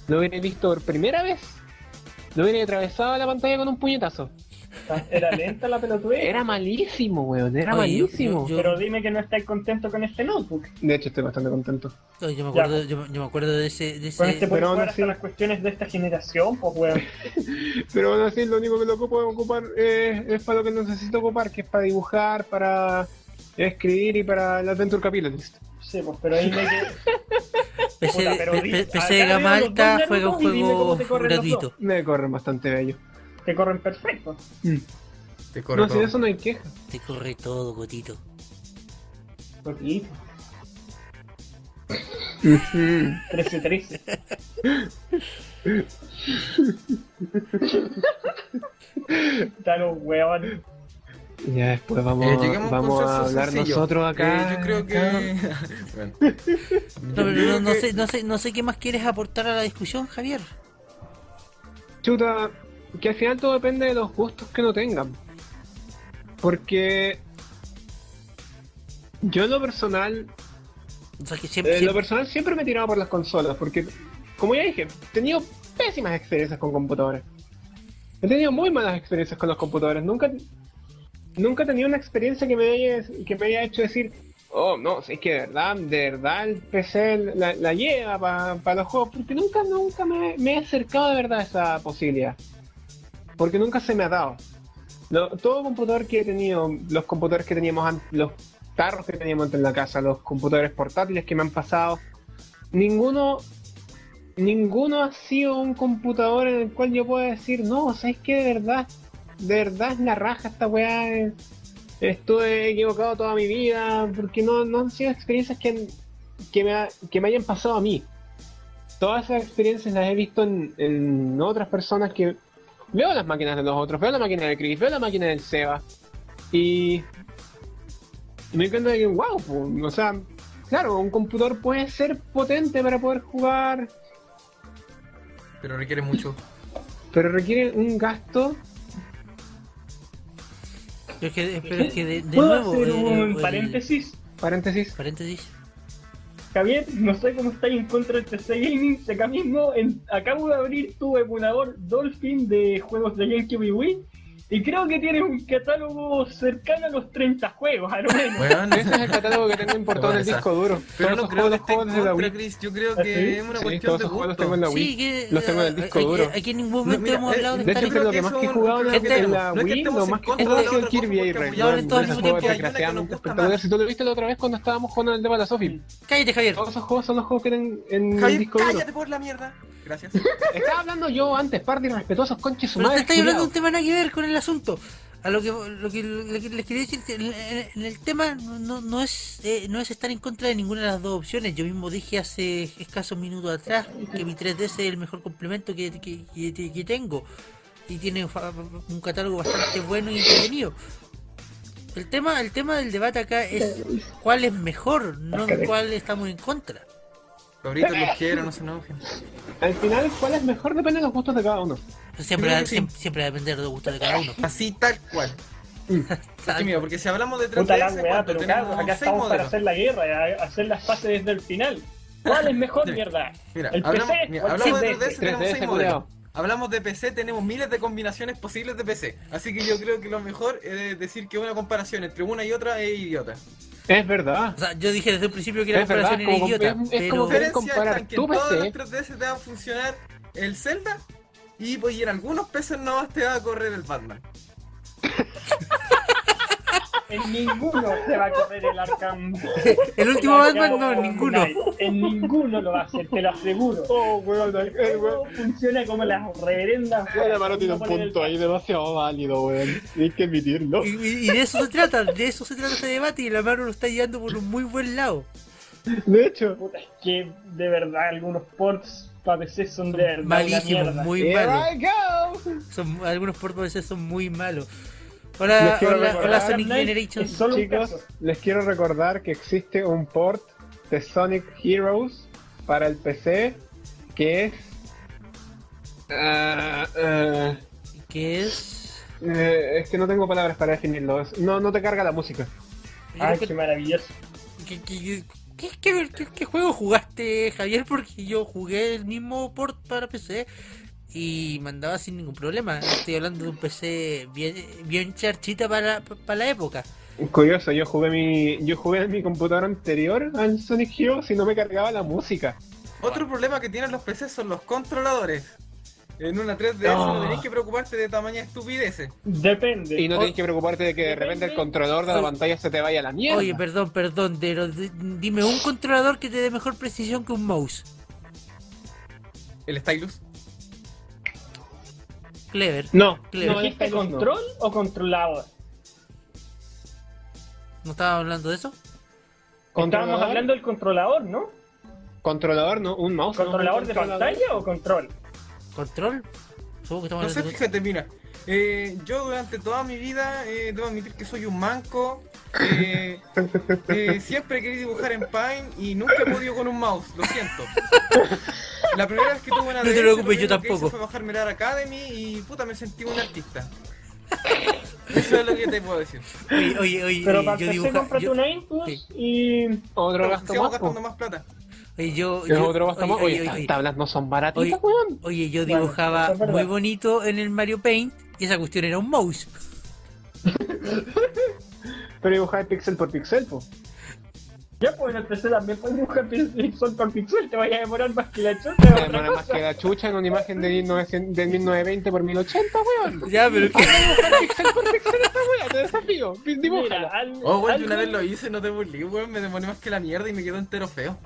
Lo hubiera visto por primera vez. Lo hubiera atravesado la pantalla con un puñetazo.
Era lenta la pelotudez.
Era malísimo, weón. Era
Oye, yo-
malísimo.
yo-
Pero dime que no estáis contento con este notebook.
De hecho, estoy bastante contento.
Ay, yo, me acuerdo, yo, me- yo me acuerdo de ese... De
Con
ese-
este
pero
puedes
aún
jugar
así-
hasta las cuestiones de esta generación, pues weón.
Pero aún así, lo único que lo ocupo ocupar es, es para lo que necesito ocupar, que es para dibujar, para escribir y para el Adventure Capitalist.
Sí, pues pero ahí me que...
PC,
Puta,
de-
pero
pe-
di- ah.
pe- PC de
agarra
gama
los dos
alta,
Narutos
juega un
y dime
juego
cómo te corren los
gratuito.
Me corren bastante bello.
te corren perfecto.
Te corro
No, si
todo.
de eso no hay queja.
Te corre todo, gotito.
Poquito. 13 13. Está los weón.
Ya después vamos,
Eh, lleguemos a un
vamos a
consenso
hablar
sencillo.
nosotros acá.
Eh, yo creo
acá.
que. Bueno.
No, pero no,
creo
no
que-
sé, no, sé, no sé qué más quieres aportar a la discusión, Javier.
Chuta, que al final todo depende de los gustos que no tengan. Porque. Yo en lo personal.
O sea, que
eh,
siempre...
en lo personal siempre me he tirado por las consolas. Porque, como ya dije, he tenido pésimas experiencias con computadores. He tenido muy malas experiencias con los computadores. Nunca. Nunca he tenido una experiencia que me haya, que me haya hecho decir. Oh, no, si es que de verdad, de verdad el PC la, la lleva para los juegos, porque nunca, nunca me, me he acercado de verdad a esa posibilidad. Porque nunca se me ha dado. Lo- todo computador que he tenido, los computadores que teníamos antes, los tarros que teníamos antes en la casa, los computadores portátiles que me han pasado, ninguno, ninguno ha sido un computador en el cual yo pueda decir, no, ¿sabes que De verdad, de verdad es la raja esta weá. eh, estuve equivocado toda mi vida, porque no, no han sido experiencias que, que, me, ha- que me hayan pasado a mí. Todas esas experiencias las he visto en, en otras personas que... Veo las máquinas de los otros, veo la máquina del Chris, veo la máquina del Seba. Y... y me encanta que, wow, po, pues, o sea, claro, un computador puede ser potente para poder jugar,
Pero requiere mucho.
pero requiere un gasto
Pero es que, pero es que de, de
¿Puedo
nuevo...
hacer
el-
un
el-
paréntesis?
Paréntesis.
paréntesis.
Javier, no sé cómo estáis en contra este del PC Gaming. si Acá mismo en- acabo de abrir tu emulador Dolphin de juegos de GameCube y Wii. Y creo que tienes un catálogo cercano a los 30 juegos, al menos.
Bueno,
Ese este es el catálogo que tengo importado en el
Esa.
disco duro.
pero no
Todos
creo que
los
esté en
juegos, los juegos desde la Wii.
contra, Chris. Yo creo
¿Ah,
que
sí?
es una
Sí,
cuestión
todos
de
esos juegos los
gusto.
tengo en la Wii.
Sí, que
Los tengo en el
ah,
disco
aquí-
duro.
Aquí en ningún
No,
momento
mira,
hemos
eh,
hablado de,
De
estar
hecho,
en
creo que
eso
más que he
no
jugado
creo
en,
que
en la
no es
Wii,
que
lo
estemos
más
en
que he
contra
jugado ha
de la
sido el
otra,
Kirby
porque
Air
apoyamos
Ride.
en
Bueno,
todo
ese
el
juego de
tiempo y hay una
que
recreación,
nos gusta
espectacular.
más.
Si tú lo viste la otra vez cuando estábamos jugando el de Bala Sofi.
Cállate, Javier.
Todos esos juegos son los juegos que tienen en el
Mm. Javier,
disco duro.
cállate por la mierda. Gracias.
Estaba hablando yo antes, par de irrespetuosos conches su
Pero te
madre.
estoy hablando de un
culiao.
tema nada que ver con el asunto. A lo que, lo que, lo que les quería decir, en, en- en el tema no, no, es, eh, no es estar en contra de ninguna de las dos opciones. Yo mismo dije hace escasos minutos atrás que mi 3DS es el mejor complemento que, que, que- que tengo. Y tiene un fa- un catálogo bastante bueno y entretenido. El tema, el tema del debate acá es cuál es mejor, no en cuál estamos en contra.
Favoritos los quiero, no se enojen.
Al final, ¿cuál es mejor? Depende de los gustos de cada uno.
Siempre,
Creo
va-
que sí.
siem- siempre va a depender del gusto de cada uno.
Así tal cual.
Mm.
Porque mira, porque si hablamos de 3DS,
Puta la
¿cuánto?
weá, pero
tenemos
claro, acá
seis
estamos para
modelos.
hacer la guerra, eh, a- hacer las fases desde el final. ¿Cuál es mejor,
Sí.
mierda?
Mira,
el
hablamos,
PC
mira,
o el
hablamos de
3DS?
3DS, tenemos
3DS,
seis modelos.
culiao.
Hablamos de PC, tenemos miles de combinaciones posibles de PC. Así que yo creo que lo mejor es decir que una comparación entre una y otra es idiota.
Es verdad.
O sea, yo dije desde el principio que la
Es verdad,
comparación era
como-
idiota,
es- es
pero...
como Puedes
diferencia
comparar
está en que
tu
en todos
PC.
los 3DS te va a funcionar el Zelda y, pues, y en algunos PC no te va a correr el Batman.
En ninguno se va a correr el Arkham.
El último Batman no, en ninguno.
En ninguno lo va a hacer, te lo aseguro.
Oh, weón, eh,
Todo funciona como las reverendas.
Bueno, Amaro tiene un
Uno pone el-
punto ahí demasiado válido, weón. Hay que admitirlo.
Y, y- y de eso se trata, de eso se trata este debate y la mano lo está llevando por un muy buen lado.
De hecho,
Puta, es que de verdad algunos ports para PC son de verdad.
Malísimos,
una mierda.
muy
here
malos.
I go.
Son, algunos portos de son muy malos.
Les
Hola,
quiero
hola,
recordar-
hola
Arkham
Sonic
Knight
Generations.
es solo un
Chicos,
caso.
les quiero recordar que existe un port de Sonic Heroes para el PC que es. ah, ah,
Que es.
eh, es que no tengo palabras para definirlo. Es- No, no te carga la música.
Ay, qué maravilloso.
¿Qué, qué- qué- qué- qué- qué juego jugaste, Javier? Porque yo jugué el mismo port para PC y mandaba sin ningún problema. Estoy hablando de un PC bien, bien charchita para, para la época.
Curioso, yo jugué mi, yo jugué en mi computadora anterior al Sonic Heroes y no me cargaba la música.
Otro problema que tienen los PC son los controladores. En una 3DS no,
No.
tenés que preocuparte de tamaño estupideces.
Depende.
Y no tienes que preocuparte de que de repente el controlador de la
Oye.
pantalla se te vaya a la mierda.
Oye, perdón, perdón, pero di- dime un controlador que te dé mejor precisión que un mouse.
El stylus.
Clever.
no,
Claro.
no,
¿Dijiste
este no.
control o controlador?
¿No estaba hablando de eso?
Estábamos hablando del controlador, ¿no?
Controlador, no, un mouse. no,
¿Controlador
un
de pantalla o control?
¿Control? Supongo que estamos
No sé,
hablando de
fíjate, mira. eh, yo durante toda mi vida eh, debo admitir que soy un manco. eh, eh, siempre quería dibujar en Paint y nunca he podido con un mouse, lo siento. La primera vez que tuve
No
una
te
3DS,
preocupes,
lo
yo
primero que hice
tampoco.
Fue bajar Mirar Academy y puta, me sentí un artista. Eso es lo que te puedo decir.
Oye, oye, oye,
Pero
oye,
para
yo
PC
dibuja-
cómprate
yo-
una Intuos
sí.
y...
Otro
Pero
gasto
sigamos
más. po.
gastando más plata.
oye, yo,
Es
yo-
otro gasto
oye,
más. Oye,
oye,
estas
oye,
tablas no son baratitas,
Oye.
weón.
oye, yo
Bueno,
dibujaba
eso es verdad.
muy bonito en el Mario Paint y esa cuestión era un mouse.
Pero dibujar pixel por pixel, po.
Ya pues en el PC también puedes dibujar pixel por pixel, te vaya a demorar más que la chota.
Te demora más que la chucha en una imagen de, 1900 de 1920 por 1080, weón.
Ya, pero que...
Dibujar pixel por pixel esta weá, te desafío.
Mira,
Dibújala.
al-
Oh, weón,
al-
yo una vez lo hice, no te burlé, weón, me demoré más que la mierda y me quedó entero feo.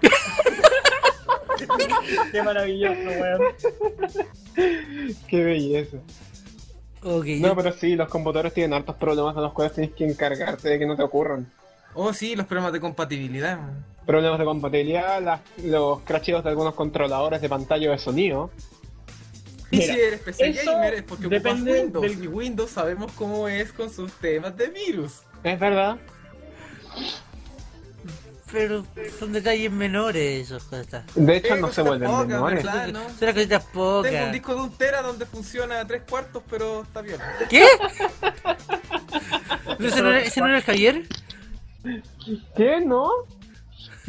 Qué maravilloso, weón.
Qué belleza.
Ok,
No,
yo-
pero sí, los computadores tienen hartos problemas a los cuales tienes que encargarte de que no te ocurran.
Oh, sí, los problemas de compatibilidad. weón.
Problemas de compatibilidad, las- los crasheos de algunos controladores de pantalla de sonido.
Y
Mira,
si eres PC
eso
gamer es porque ocupas
depende
Windows.
del-
Y Windows sabemos cómo es con sus temas de virus.
Es verdad.
pero son detalles menores esos cosas.
De hecho,
Eh,
no se
cositas
vuelven
pocas,
menores.
¿verdad? Ah, no.
Son las cositas
Tengo un
pocas.
disco de un tera donde funciona a tres cuartos, pero está bien.
¿Qué? ¿No, ¿Ese no, era, ese no era el Javier?
¿Qué? ¿No?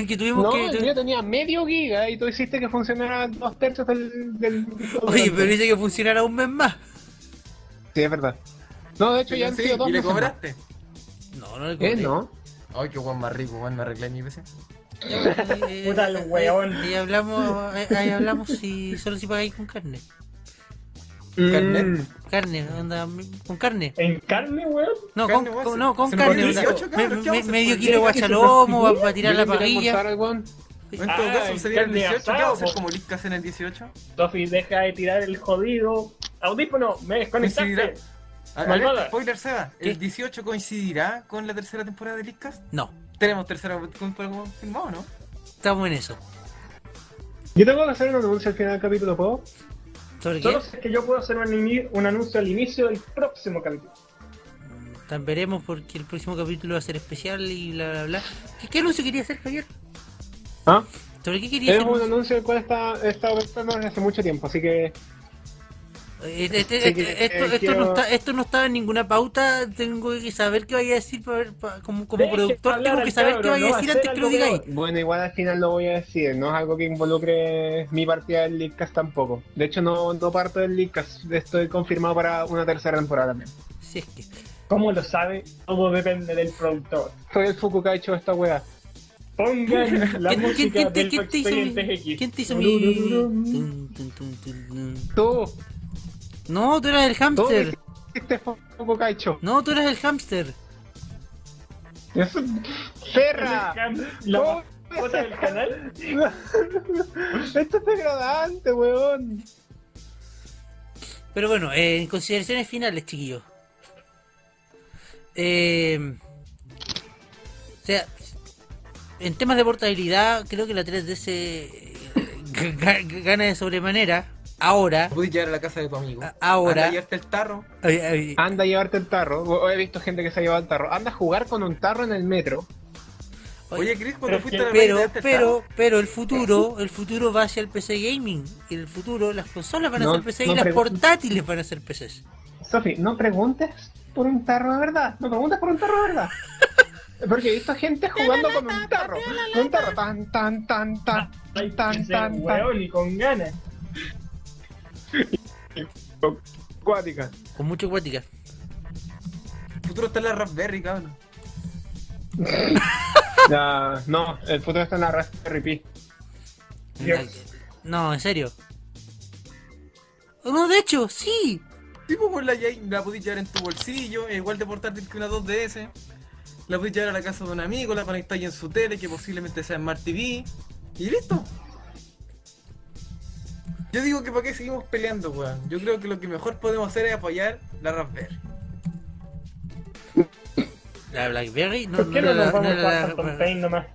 Que tuvimos
No,
que...
el mío tenía medio giga y tú hiciste que funcionara dos tercios del... del-
Oye, pero dice que funcionará un mes más.
Sí, es verdad. No, de hecho ya han
Sí,
sido dos
y le
meses más.
cobraste.
No, no le
¿Eh?
cobré.
¿No?
Ay, qué weón más rico, weón, me arreglé mi PC.
Puta el weón.
eh, Ahí hablamos, ahí- ahí hablamos si solo si pagáis con carne.
Carnet.
Mm.
Carne, onda, con carne.
¿En carne, weón?
No,
Carne,
con,
weón,
con-
se-
no, con
se nos
carne.
olvidó,
onda,
chocamos,
me-
¿qué vamos a
me-
hacer?
medio
¿Qué
kilo de
es que se
guachalomo para tirar
Yo
la
le quiero
parrilla.
almorzar al weón.
En todo
Ah,
caso, sería el
carne
18. ¿Qué
asada,
vamos a hacer
po.
como Lickas en el 18?
Sofi, deja de tirar el jodido. Audífono, me desconectaste.
Coincidirá. A-
Malvada.
alerta, spoiler, Seba.
¿Qué?
¿El 18 coincidirá con la tercera temporada de Lickas?
No,
Tenemos tercera temporada confirmado, ¿no?
estamos en eso.
Yo tengo que hacer un anuncio al final del capítulo, ¿puedo?
¿Sobre qué?
Solo sé que yo puedo hacer un, ini- un anuncio al inicio del próximo capítulo.
Tan veremos porque el próximo capítulo va a ser especial y bla bla bla. ¿Qué, qué anuncio quería hacer, Javier?
¿Ah?
¿Sobre qué quería
Es
hacer
un
un-
anuncio del cual está, he estado pensando desde hace mucho tiempo, así que
Eh, este-
Sí,
este-
que-
esto,
eh,
esto
quiero-
no está, esto no estaba en ninguna pauta, tengo que saber qué vaya a decir para ver- para- como, como
Deje
productor,
hablar
tengo que
al
saber qué
cabro,
vaya
no
a decir
hacer
antes que lo
algo
digáis.
peor.
bueno, igual al final lo voy a decir, no es algo que involucre mi partida del Leadcast tampoco. De hecho, no, no parto del Leadcast, estoy confirmado para una tercera temporada también.
Si es que...
¿Cómo lo sabe? Todo depende del productor.
Soy el Fukukaicho de esta wea.
Pongan la
¿Quién- quién- quién
música
te-
del
quién te hizo mi-
Expediente X.
¿Quién te hizo mi...?
Turururum.
Tun, tun, tun, tun, tun.
Tú,
No, tú eras el
tú
hámster.
este Fukukaicho.
No, tú eras el hámster.
Es un- ¡Perra!
La mascota del canal.
Esto es degradante, weón.
Pero bueno, eh, en consideraciones finales, chiquillos. Eh, o sea, en temas de portabilidad, creo que la 3DS eh, g- g- gana de sobremanera. Ahora,
Puedes llegar a la casa de tu amigo.
A- ahora-
Anda a llevarte el tarro.
ay, ay,
Anda a llevarte el tarro. O- He visto gente que se ha llevado el tarro. Anda a jugar con un tarro en el metro.
Oye, Chris, cuando
Pero
fuiste
que-
a la playa,
pero,
¿te llevaste el tarro?
pero, pero el futuro, el futuro va hacia el PC gaming. El futuro, las consolas van a
No,
ser PC
no
y las
pregun-
portátiles van a ser PCs.
Sofi, no preguntes por un tarro de verdad. No preguntes por un tarro de verdad. Porque he visto gente jugando con un tarro. Con un tarro. Tan, tan, tan, tan.
Ay,
Tan,
ese
tan,
weón, y con ganas.
tan. Cuática.
Con mucha cuática.
El futuro está en la Raspberry, cabrón.
Ya, no, el futuro está en la Raspberry Pi.
Dios.
No, en serio. No, de hecho, sí.
Tipo, pues la, lleváis- la podéis llevar en tu bolsillo, es igual de portátil que una 2DS. La podéis llevar a la casa de un amigo, la conectáis en su tele, que posiblemente sea Smart TV. Y listo. Yo digo que para qué seguimos peleando, weón. Yo creo que lo que mejor podemos hacer es apoyar la Raspberry.
La Blackberry no,
¿Por qué
no
no
la-
nos vamos
no
a
la-
jugar Phantom Pain nomás?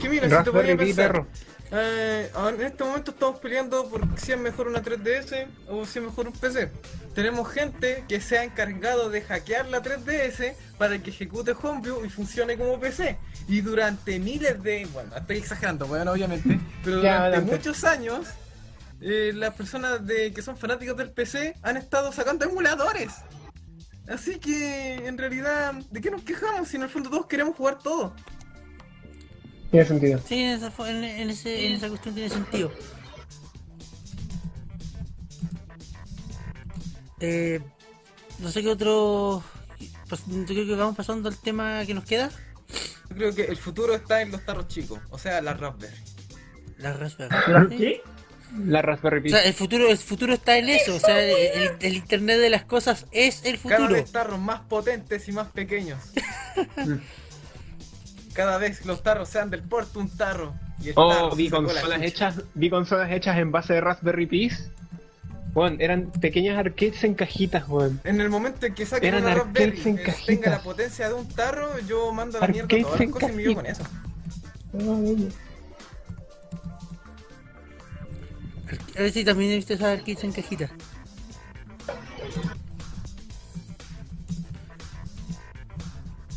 Que mira, si te
Raspberry
podía
Pi,
pensar,
perro.
Eh, ahora en este momento estamos peleando por si es mejor una 3DS o si es mejor un PC. Tenemos gente que se ha encargado de hackear la 3DS para que ejecute Homebrew y funcione como PC. Y durante miles de... Bueno, estoy exagerando, bueno, obviamente. Pero
Ya,
durante
adelante.
muchos años, eh, las personas de, que son fanáticos del PC han estado sacando emuladores. Así que, en realidad, ¿de qué nos quejamos si en el fondo todos queremos jugar todo?
Tiene sentido.
Sí, en esa, fo- en- en ese- en esa cuestión tiene sentido. Eh, no sé qué otro... pues, Yo creo que vamos pasando al tema que nos queda.
Yo creo que el futuro está en los tarros chicos, o sea, la Raspberry.
La Raspberry.
¿La
Sí.
qué?
La Raspberry
O
Pi.
sea, el futuro, el futuro está en eso. O sea, el, el- el internet de las cosas es el
Cada
futuro.
vez tarros más potentes y más pequeños. Cada vez los tarros sean del puerto un tarro. Y el
Oh,
tarro
vi
se sacó la
consolas
chucha.
hechas, vi consolas hechas en base de Raspberry Pis. Bueno, eran pequeñas arcades en cajitas, weón.
En el momento en que saquen
Eran
una
arcades
Raspberry
en
que
cajitas.
tenga la potencia de un tarro, yo mando a la mierda
Arcades
todas las
en
cosas y me quedo con eso.
A ver si también he visto esas arcades en cajita.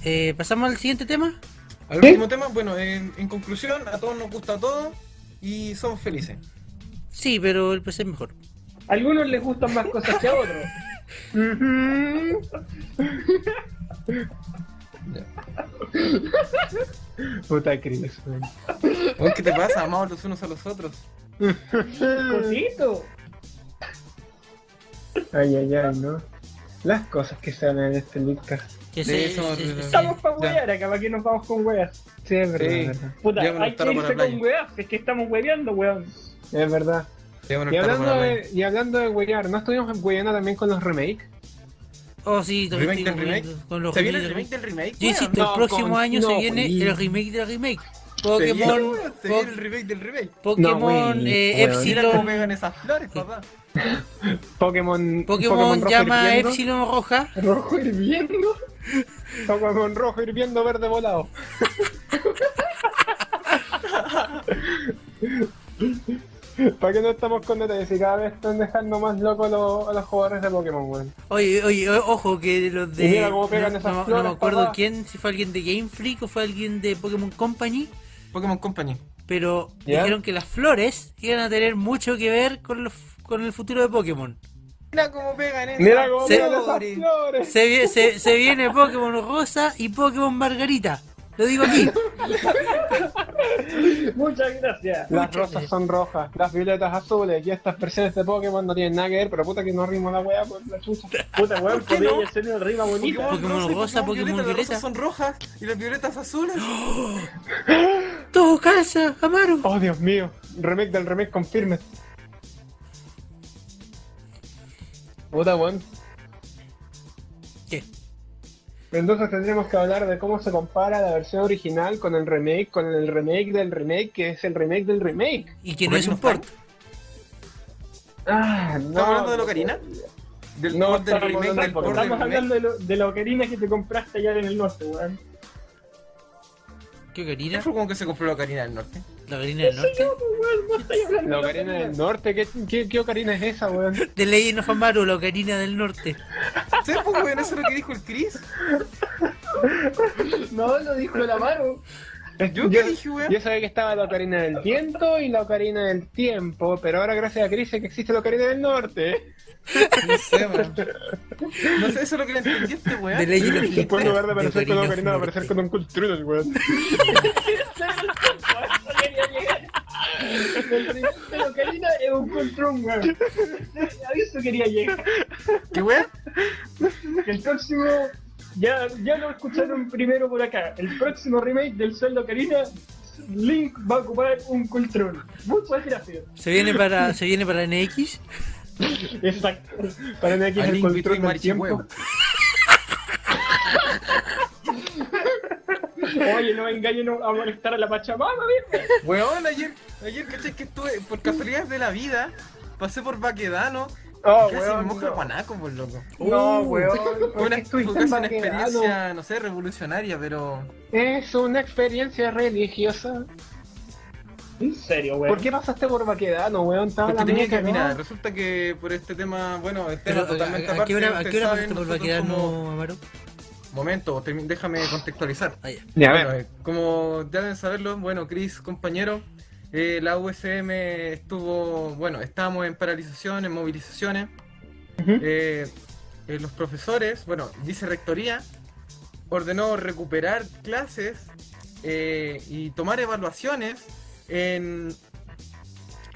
Eh, ¿Pasamos al siguiente tema?
Al último tema, bueno, en, en conclusión, a todos nos gusta todo y somos felices.
Sí, pero el PC es mejor.
Algunos les gustan más cosas que a otros.
Puta Chris, weón.
Weón, ¿Qué te pasa? Amamos los unos a los otros.
Cosito.
Ay, ay, ay, ¿no? Las cosas que se dan en este podcast.
Que
Sí,
se-
eso- eh,
se- se-
Estamos para
Ya.
wear acá, para que nos vamos con weas.
Sí, es verdad,
Sí.
es verdad.
Puta,
Ya, bueno,
hay que
tarro para
irse
la playa.
con weas, es que estamos hueveando, weón.
Es verdad.
Llevan el
Y
tarro
hablando,
para la
de, y hablando de huellar, ¿no estuvimos huellando también con los remakes?
Oh, sí, también
Remake del
estoy
remake.
con- con
playa.
los
¿Se viene el remake
remakes
del remake?
Yo
weón?
insisto,
No,
el próximo
con-
año se
no,
viene
weón.
el remake del remake.
Se viene,
Pokémon,
weón, Se viene el
Po-
remake del remake.
Pokémon
weón,
eh,
weón.
Mira cómo
Epsilon,
pegan esas flores, papá.
Pokémon.
Pokémon
rojo
llama
hirviendo,
Epsilon roja.
Rojo hirviendo. Pokémon rojo hirviendo, verde volado. ¿Para qué no estamos con detalles? Y cada vez están dejando más locos los- a los jugadores de Pokémon, weón.
Oye, oye, o- ojo que los de...
Y mira cómo pegan
no,
esas
no- no
flores,
me acuerdo
papá.
quién, si fue alguien de Game Freak o fue alguien de Pokémon Company,
Pokémon Company.
Pero
¿Ya?
dijeron que las flores iban a tener mucho que ver con, los- con el futuro de Pokémon.
Mira cómo pegan eh. esas
Mira cómo
Sí.
miran esas
flores.
flores.
Se, vi- se- se viene Pokémon Rosa y Pokémon Margarita. Lo digo aquí.
Muchas gracias.
Las
Muchas
rosas
gracias.
son rojas, las violetas azules y estas versiones de Pokémon no tienen nada que ver, pero puta que no rimo la wea por la chucha.
Puta, weón,
¿Por qué
podría
no?
hacer una rima bonita.
Pokémon
rosa y
rosa, Pokémon
Las
violeta.
rosas son rojas y las violetas azules.
Todo calza, Amaru.
Oh Dios mío, remake del remake confirme. Puta weón.
¿Qué?
Entonces tendremos que hablar de cómo se compara la versión original con el remake, con el remake del remake, que es el remake del remake.
Y que no es un port.
Ah, no.
¿Estamos hablando de Locarina? Del
No,
port, del
estamos
remake, del
hablando-
port, del
Estamos hablando
¿eh?
remake.
de, lo- de la ocarina que te compraste allá en el norte, weón.
¿Qué
¿Qué
Ocarina?
fue como que se compró la Ocarina del Norte?
¿La Ocarina del Norte?
Weón, no estoy hablando
La
de
Ocarina del Norte, ¿qué, qué, qué Ocarina es esa, weón?
De Legend of Amaru, la Ocarina del Norte.
¿Sí, pues, weón? Eso es lo que dijo el Chris.
No, lo dijo la mano.
¿Yo qué dije, weón?
yo sabía que estaba la Ocarina del Viento y la Ocarina del Tiempo, pero ahora gracias a Chris sé que existe la Ocarina del Norte.
No sé, weón. No sé, eso es lo que le entendí a este
De
weón.
Legend of
Después en lugar de aparecer con la Ocarina, va a
of
aparecer
Norte.
con un Cultural, weón.
eh, El primer de la ocarina es un control, weón. A eso quería llegar.
¿Qué weón?
El próximo. Ya, ya lo escucharon primero por acá. El próximo remake del Zelda Ocarina, Link va a ocupar un control. Muchas gracias.
¿Se viene para, se viene para NX?
Exacto.
Para mí aquí
A
es el
Link
control
Between
del
March y
tiempo.
Huevo.
Oye, no me engañen a molestar a la Pachamama, viejo.
Weón, ayer, ayer, ¿cachai? Que estuve, por casualidades de la vida, pasé por Baquedano.
Oh,
y casi me
weón,
mojo el
no.
guanaco, por loco.
No, weón.
Fue
¿por
Uh, una,
qué
fue
estuviste
casi
en
una
Baquedano?
experiencia, no sé, revolucionaria, pero.
Es una experiencia religiosa.
En serio, weón.
¿Por qué pasaste por Baquedano, weón? Estaba
Porque
la
tenía
mía
que. Mira,
cagada.
resulta que por este tema, bueno, el tema
Pero, ¿a,
totalmente
a- a
aparte.
qué hora, ¿A qué hora
ustedes
te
saben,
vuelve a
nosotros
quedar,
como-
no, Amaru?
Momento, termi- déjame contextualizar.
Ah, ya.
Ya, a ver.
Bueno, eh, como ya deben saberlo, bueno, Chris, compañero, eh, la USM estuvo, bueno, estábamos en paralización, en movilizaciones. Eh, eh, los profesores, bueno, dice Rectoría, ordenó recuperar clases eh, y tomar evaluaciones en,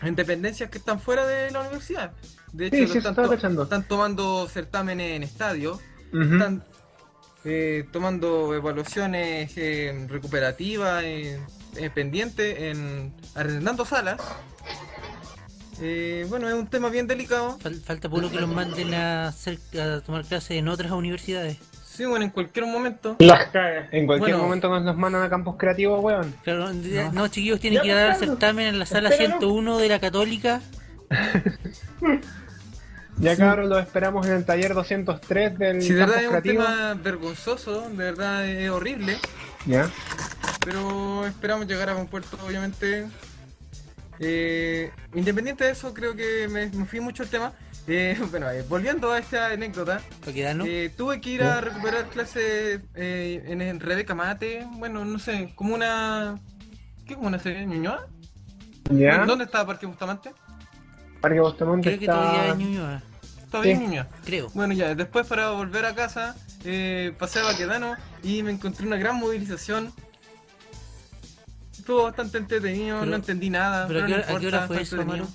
en dependencias que están fuera de la universidad. De hecho,
Sí,
lo
sí, eso
están,
estaba
to-
cachando.
están tomando certámenes en estadios
Ujú.
están eh, tomando evaluaciones eh, recuperativas eh, eh, pendientes, en, arrendando salas. Eh, bueno, es un tema bien delicado.
Fal- falta puro que los manden a, hacer- a tomar clases en otras universidades.
Sí, bueno, en cualquier momento.
Las cagas.
En cualquier
Bueno.
momento nos los mandan a campos creativos, weón.
Claro, no,
No.
chiquillos, tienen
Ya,
que ir a dar
Ricardo,
certamen en la sala
espéralo.
101 de la Católica.
Ya cabros, los esperamos en el taller 203 del
Si
campus
de verdad es un
creativo.
tema vergonzoso, de verdad es horrible,
Ya.
pero esperamos llegar a buen puerto, obviamente. Eh, independiente de eso, creo que me, me fui mucho el tema. Eh, bueno, eh, volviendo a esta anécdota,
¿Para quedar, no?
Eh, tuve que ir a recuperar clases eh, en, en Rebeca Mate, bueno, no sé, como una... ¿Qué como una serie? ¿Ñuñoa?
Ya.
¿Dónde estaba Parque Bustamante?
Parque Bustamante
Creo que
está...
todavía es Ñuñoa,
Todavía
Sí.
en Ñuñoa.
creo.
Bueno, ya, después para volver a casa, eh, pasé a Baquedano y me encontré una gran movilización. Estuvo bastante entretenido,
Pero-
no entendí nada.
pero ¿a
no
qué hora- a qué hora
importa,
fue
fue
eso,
entretenido.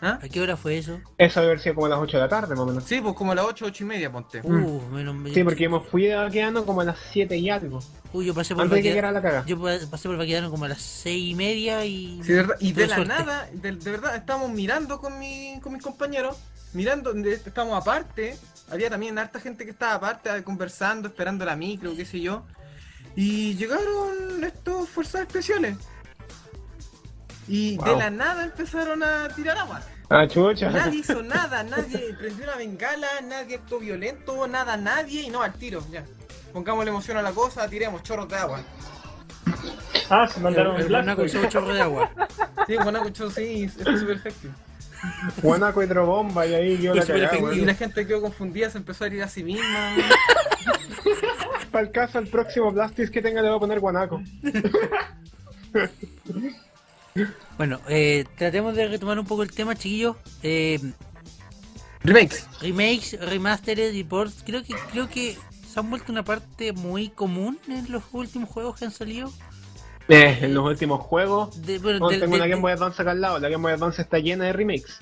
¿Ah?
¿A qué hora fue eso?
Eso debe haber sido como a las 8 de la tarde, más o menos.
Sí, pues como a las 8, 8 y media, ponte.
Uh, menos
Sí, porque hemos fui quedando como a las 7 y algo.
Uy, yo pasé por
Antes de que llegara
Baquedano.
la caga.
Yo pa- pasé por Baquedano como a las seis y media y.
Sí, de verdad, y
tuve
de la
suerte.
nada, de, de verdad, estábamos mirando con, mi, con mis compañeros, mirando, de- estábamos aparte, había también harta gente que estaba aparte ah, conversando, esperando la micro, qué sé yo, y llegaron estos fuerzas especiales. Y de
Wow.
la nada empezaron a tirar agua.
Ah, chucha.
Nadie hizo nada, nadie prendió una bengala, nadie actuó violento, nada, nadie, y no al tiro, ya. Pongámosle emoción a la cosa, tiremos chorros de agua.
Ah, se
El-
mandaron
el
el blanco.
guanaco hizo un chorro de agua.
Sí, bueno, pues, sí, esto es súper efectivo.
Guanaco hidrobomba y ahí yo la
Súper
cagada,
Y
weón.
la gente quedó confundida, se empezó a herir a sí misma.
Para el caso, el próximo Blastis que tenga le voy a poner guanaco.
Bueno, eh, tratemos de retomar un poco el tema, chiquillos. Eh,
Remakes.
remakes, remasteres y ports, creo que, creo que se han vuelto una parte muy común en los últimos juegos que han salido.
Eh, en los últimos juegos.
De, bueno,
Oh,
del-
tengo
del-
una Game Boy Advance acá al lado. La Game Boy Advance está llena de remakes.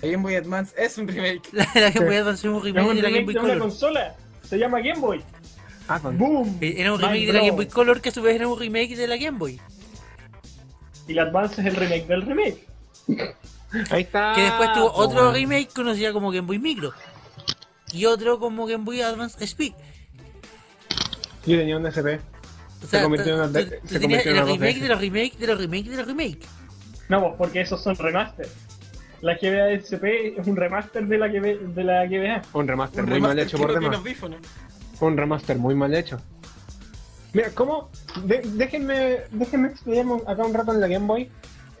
La Game Boy Advance es un remake.
La, la Game Boy Advance era un
Es
remake
un
de la Game
remake
Boy
de una
Color.
consola. Se llama Game Boy.
Ah, con...
¡Boom!
Eh, Era un
My
remake de la Game
bro.
Boy Color que a su vez era un remake de la Game Boy.
Y la Advance es el remake del remake.
Ahí está.
Que después tuvo
po,
otro
weón.
remake conocido como Game Boy Micro. Y otro como Game Boy Advance Speed.
Yo tenía un SP.
O sea,
convirtió en
tú-
una de-
tú
se
tenías
convirtió en
el
una
remake
dos
de los remake de los remake de los remake.
No, pues porque esos son remasters. La GBA SP es un remaster de la GBA. De la GBA.
Un remaster
Un
muy mal
remaster
hecho
que
por
no tiene
demás.
audífono.
Un remaster muy mal hecho. Mira, ¿cómo? De- déjenme, déjenme explicarme acá un rato en la Game Boy.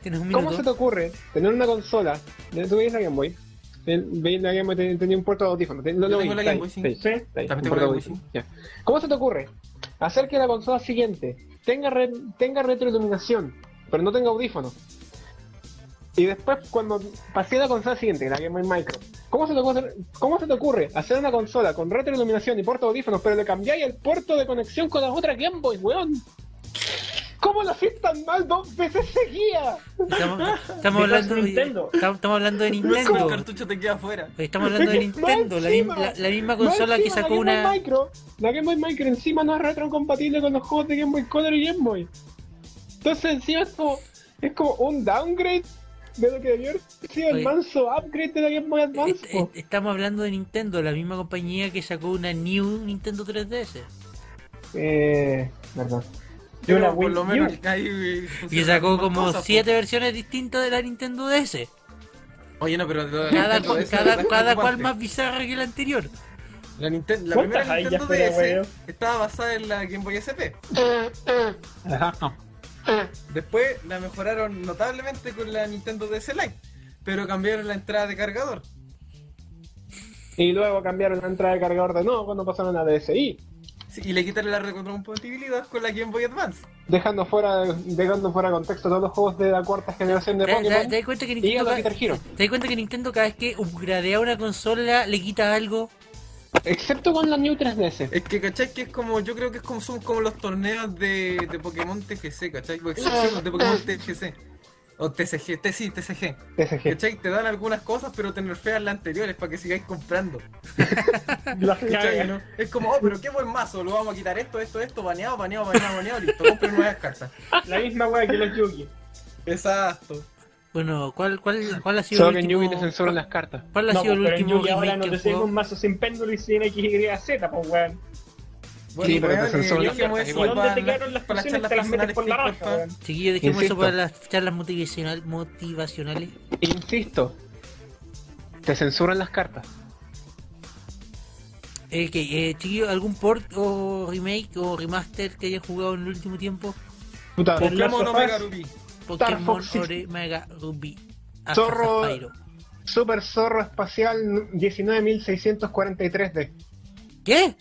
Tienes un
¿Cómo se te
minuto.
ocurre tener una consola? Tú veías la Game Boy. el- Veías la Game Boy, ten- tenía un puerto de audífono. ten- lo-
Yo
lo
tengo
vi,
la
está
Game Boy,
ahí,
sí.
está ahí,
Sí.
está ahí,
También
un puerto de
tengo la Game Boy,
audífono, ya. ¿Cómo se te ocurre hacer que la consola siguiente tenga, re- tenga retroiluminación, pero no tenga audífono? Y después, cuando pasé a la consola siguiente, la Game Boy Micro, ¿cómo se, te ocurre, ¿cómo se te ocurre hacer una consola con retroiluminación y puerto de audífonos, pero le cambiáis el puerto de conexión con las otras Game Boy, weón? ¿Cómo lo hacís tan mal dos veces seguía?
Estamos, estamos
Because
hablando
Nintendo.
Estamos, estamos hablando de
El
Nintendo.
cartucho te queda afuera.
Oye, Estamos hablando de
Más
Nintendo, la,
encima,
misma- la- la misma
Más
consola que
encima,
sacó
la Game Boy
una.
Micro, la Game Boy Micro encima no es retrocompatible con los juegos de Game Boy Color y Game Boy. Entonces encima es como, es como un downgrade de lo que debió haber sido
Oye. Eh,
el manso upgrade de la Game Boy Advance.
est-
po.
est- estamos hablando de Nintendo, la misma compañía que sacó una New Nintendo 3DS.
Eh, verdad.
Yo la
Pero por
Wii
lo
U.
menos ahí eh,
Y sacó como siete versiones distintas de la Nintendo DS.
Oye, no, pero la
Cada,
Nintendo DS,
cada,
la verdad,
cada
es
cual
preocupante.
más bizarra que la anterior.
La, Ninten- la
¿Cuántas
primera
hay ya
Nintendo
fuera,
DS
weón?
estaba basada en la Game Boy SP.
Exacto.
Después la mejoraron notablemente con la Nintendo DS Lite, pero cambiaron la entrada de cargador.
Y luego cambiaron la entrada de cargador de nuevo cuando pasaron a DSI.
Sí, y le quitaron la retrocompatibilidad con la Game Boy Advance.
Dejando fuera, dejando fuera de contexto todos los juegos de la cuarta generación de
¿Te, te-
Pokémon.
te das cuenta que
Y a
Nintendo
los
ca-
Guitar Hero.
te das cuenta que Nintendo cada vez que upgradea una consola le quita algo?
Excepto con la New 3DS.
Es que, ¿cachai? Que es como, yo creo que es como, son como los torneos de, de Pokémon TGC, ¿cachai? Porque son los de Pokémon TGC. O TCG, T- sí, TCG.
Eh.
TCG.
¿Cachai? Te dan algunas cosas, pero te nerfean las anteriores para que sigáis comprando.
Las
¿Cachai,
cagas.
no? Es como, oh, pero qué buen mazo, lo vamos a quitar esto, esto, esto, baneado, baneado, baneado, baneado, listo, compren nuevas cartas.
La misma wea que los Yugi.
Exacto.
Bueno, ¿cuál, cuál, cuál ha sido
Solo
el
que en
último?
Yugi te censuran las cartas.
¿Cuál ha
No,
sido
pues,
el
pero en
último
Yugi ahora
remake
no
que
te sirve
jugó?
un mazo sin péndulo y sin XYZ, pues weón.
Bueno,
Sí, pero
weón,
te censuran
eh,
las
dejemos
cartas
eso
igual.
¿Dónde
para
te quedaron las
para
canciones?
charlas
Te las metes
personales
por la
tristes,
raja,
pa-
weón.
Chiquillos, dejemos eso
Insisto.
para las charlas motivacional- motivacionales.
Insisto, te censuran las cartas.
Eh, que, eh, chiquillos, ¿algún port o remake o remaster que hayas jugado en el último tiempo?
Puta,
Por la-
Pokémon
Last of
Omega
Us.
Ruby.
Pokémon
Fox
Ore Mega Ah, Ruby. Alpha
Zorro.
Zafiro.
Super Zorro Espacial 19643D.
¿Qué?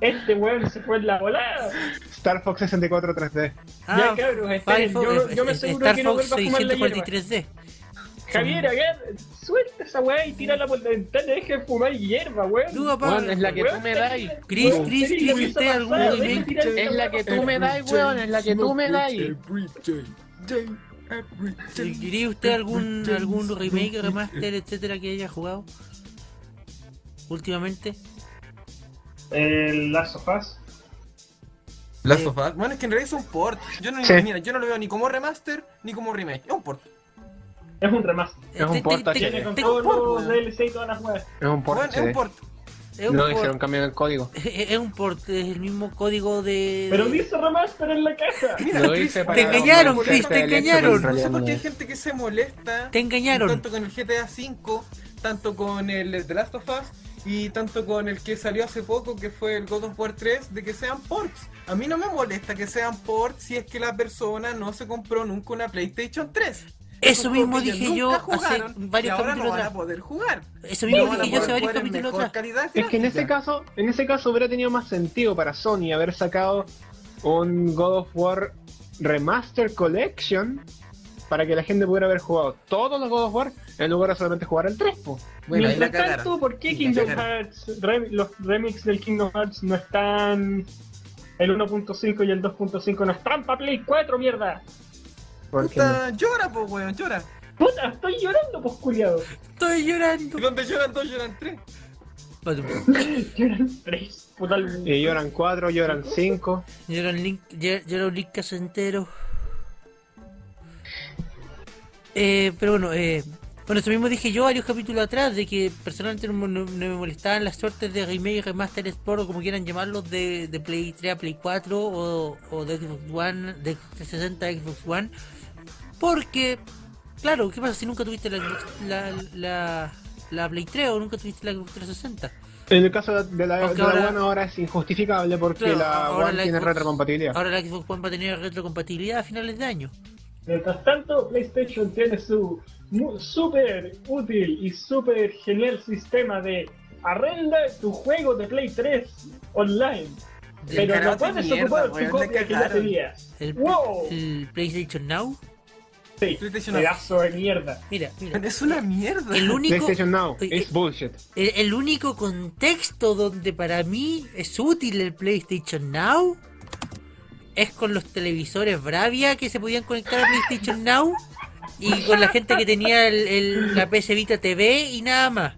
Este weón se fue en la volada.
Star Fox 64 3D.
Ya, cabros, esperen,
Ah, Firefox-
yo- yo me
es-
aseguro
Star
que no
Fox
vuelva a fumar la
643D.
Javier, acá, suelta esa weá y tírala por la ventana. Deja de fumar hierba, weón.
Tú, papá,
Weón, es la que
Weón,
tú me
te-
das.
Chris,
weón,
Chris,
tenés
Chris,
la
¿usted
pizza
algún
pasada,
remake?
deja tirar el
Es la que tú
weón.
Eh,
me das, weón. Es la que tú me das.
¿Diría usted algún, algún remake, remaster, etcétera que haya jugado? Últimamente.
El Last of Us.
Las
Eh,
sofás. Bueno, es que en realidad es un port. Yo no,
Sí.
mira, yo no lo veo ni como remaster ni como remake. Es un port.
Es un remaster.
Es un
Eh, Te- te-
port
te-
HD.
te-
Viene con
te-
todos
por-
los DLC y todas las weas.
Es un port.
Bueno, es un port.
es un
No
port.
hicieron cambio en el código.
Es un port, es el mismo código de...
Pero
de-
dice remaster en la caja.
Mira,
Lo
Chris,
hice para-
Te engañaron,
Porque-
Chris, te
Porque-
engañaron.
No sé por qué hay gente que se molesta
Te engañaron.
tanto con el GTA V, tanto con el The Last of Us y tanto con el que salió hace poco que fue el God of War 3 de que sean ports. A mí no me molesta que sean ports si es que la persona no se compró nunca una PlayStation 3.
Eso
Son
mismo
juegos que
dije
nunca
yo hace
jugaron y
varios
ahora no
capítulos
van a
atrás.
poder jugar.
Eso
No
mismo
van a
dije yo hace varios
poder jugar en
capítulos
mejor
atrás.
calidad
Es que en ese
gráfica.
caso, en ese caso hubiera tenido más sentido para Sony haber sacado un God of War Remaster Collection para que la gente pudiera haber jugado todos los God of War en lugar de solamente jugar el 3. po.
Bueno, ahí la
Mientras
cagaron.
tanto, ¿por qué
La
Kingdom
cagaron.
Hearts, rem- los remix del Kingdom Hearts no están... El 1.5 y el 2.5 no están para Play 4, mierda.
Porque
Puta, llora, pues, weón, llora.
Puta, estoy llorando, pues culiado.
Estoy llorando.
Y donde lloran dos, lloran tres.
Lloran tres. Puta, el-
Y eh, lloran 4, lloran 5.
Llora un link, lle- llora un link casi entero. Eh, pero bueno, eh, bueno, eso mismo dije yo varios capítulos atrás de que personalmente no, mo- no- no me molestaban las suertes de remake, remaster, sport o como quieran llamarlos de, de Play 3 a Play 4 o, o de Xbox One, de 360 a Xbox One, porque, claro, ¿qué pasa si nunca tuviste la, Xbox- la, la, la Play 3 o nunca tuviste la Xbox 360?
En el caso de la,
Aunque
de la
ahora-
One ahora es injustificable porque
Claro,
la
ahora
One
la
tiene
Xbox-
retrocompatibilidad.
Ahora la Xbox One va a tener retrocompatibilidad a finales de año.
Mientras tanto, PlayStation tiene su mu- súper útil y súper genial sistema de arrenda tu juego de Play 3 online,
De-
pero no
Cagaste
puedes
mierda,
ocupar
weón,
tu
la
copia que ya
cagaron.
tenías.
El,
¡Wow!
el PlayStation Now.
Sí,
PlayStation
pedazo de mierda.
Mira, mira.
Es una mierda.
El único,
PlayStation Now
Oye,
es bullshit.
el, el único contexto donde para mí es útil el PlayStation Now es con los televisores Bravia que se podían conectar a PlayStation Now y con la gente que tenía el- el- la PS Vita TV y nada más.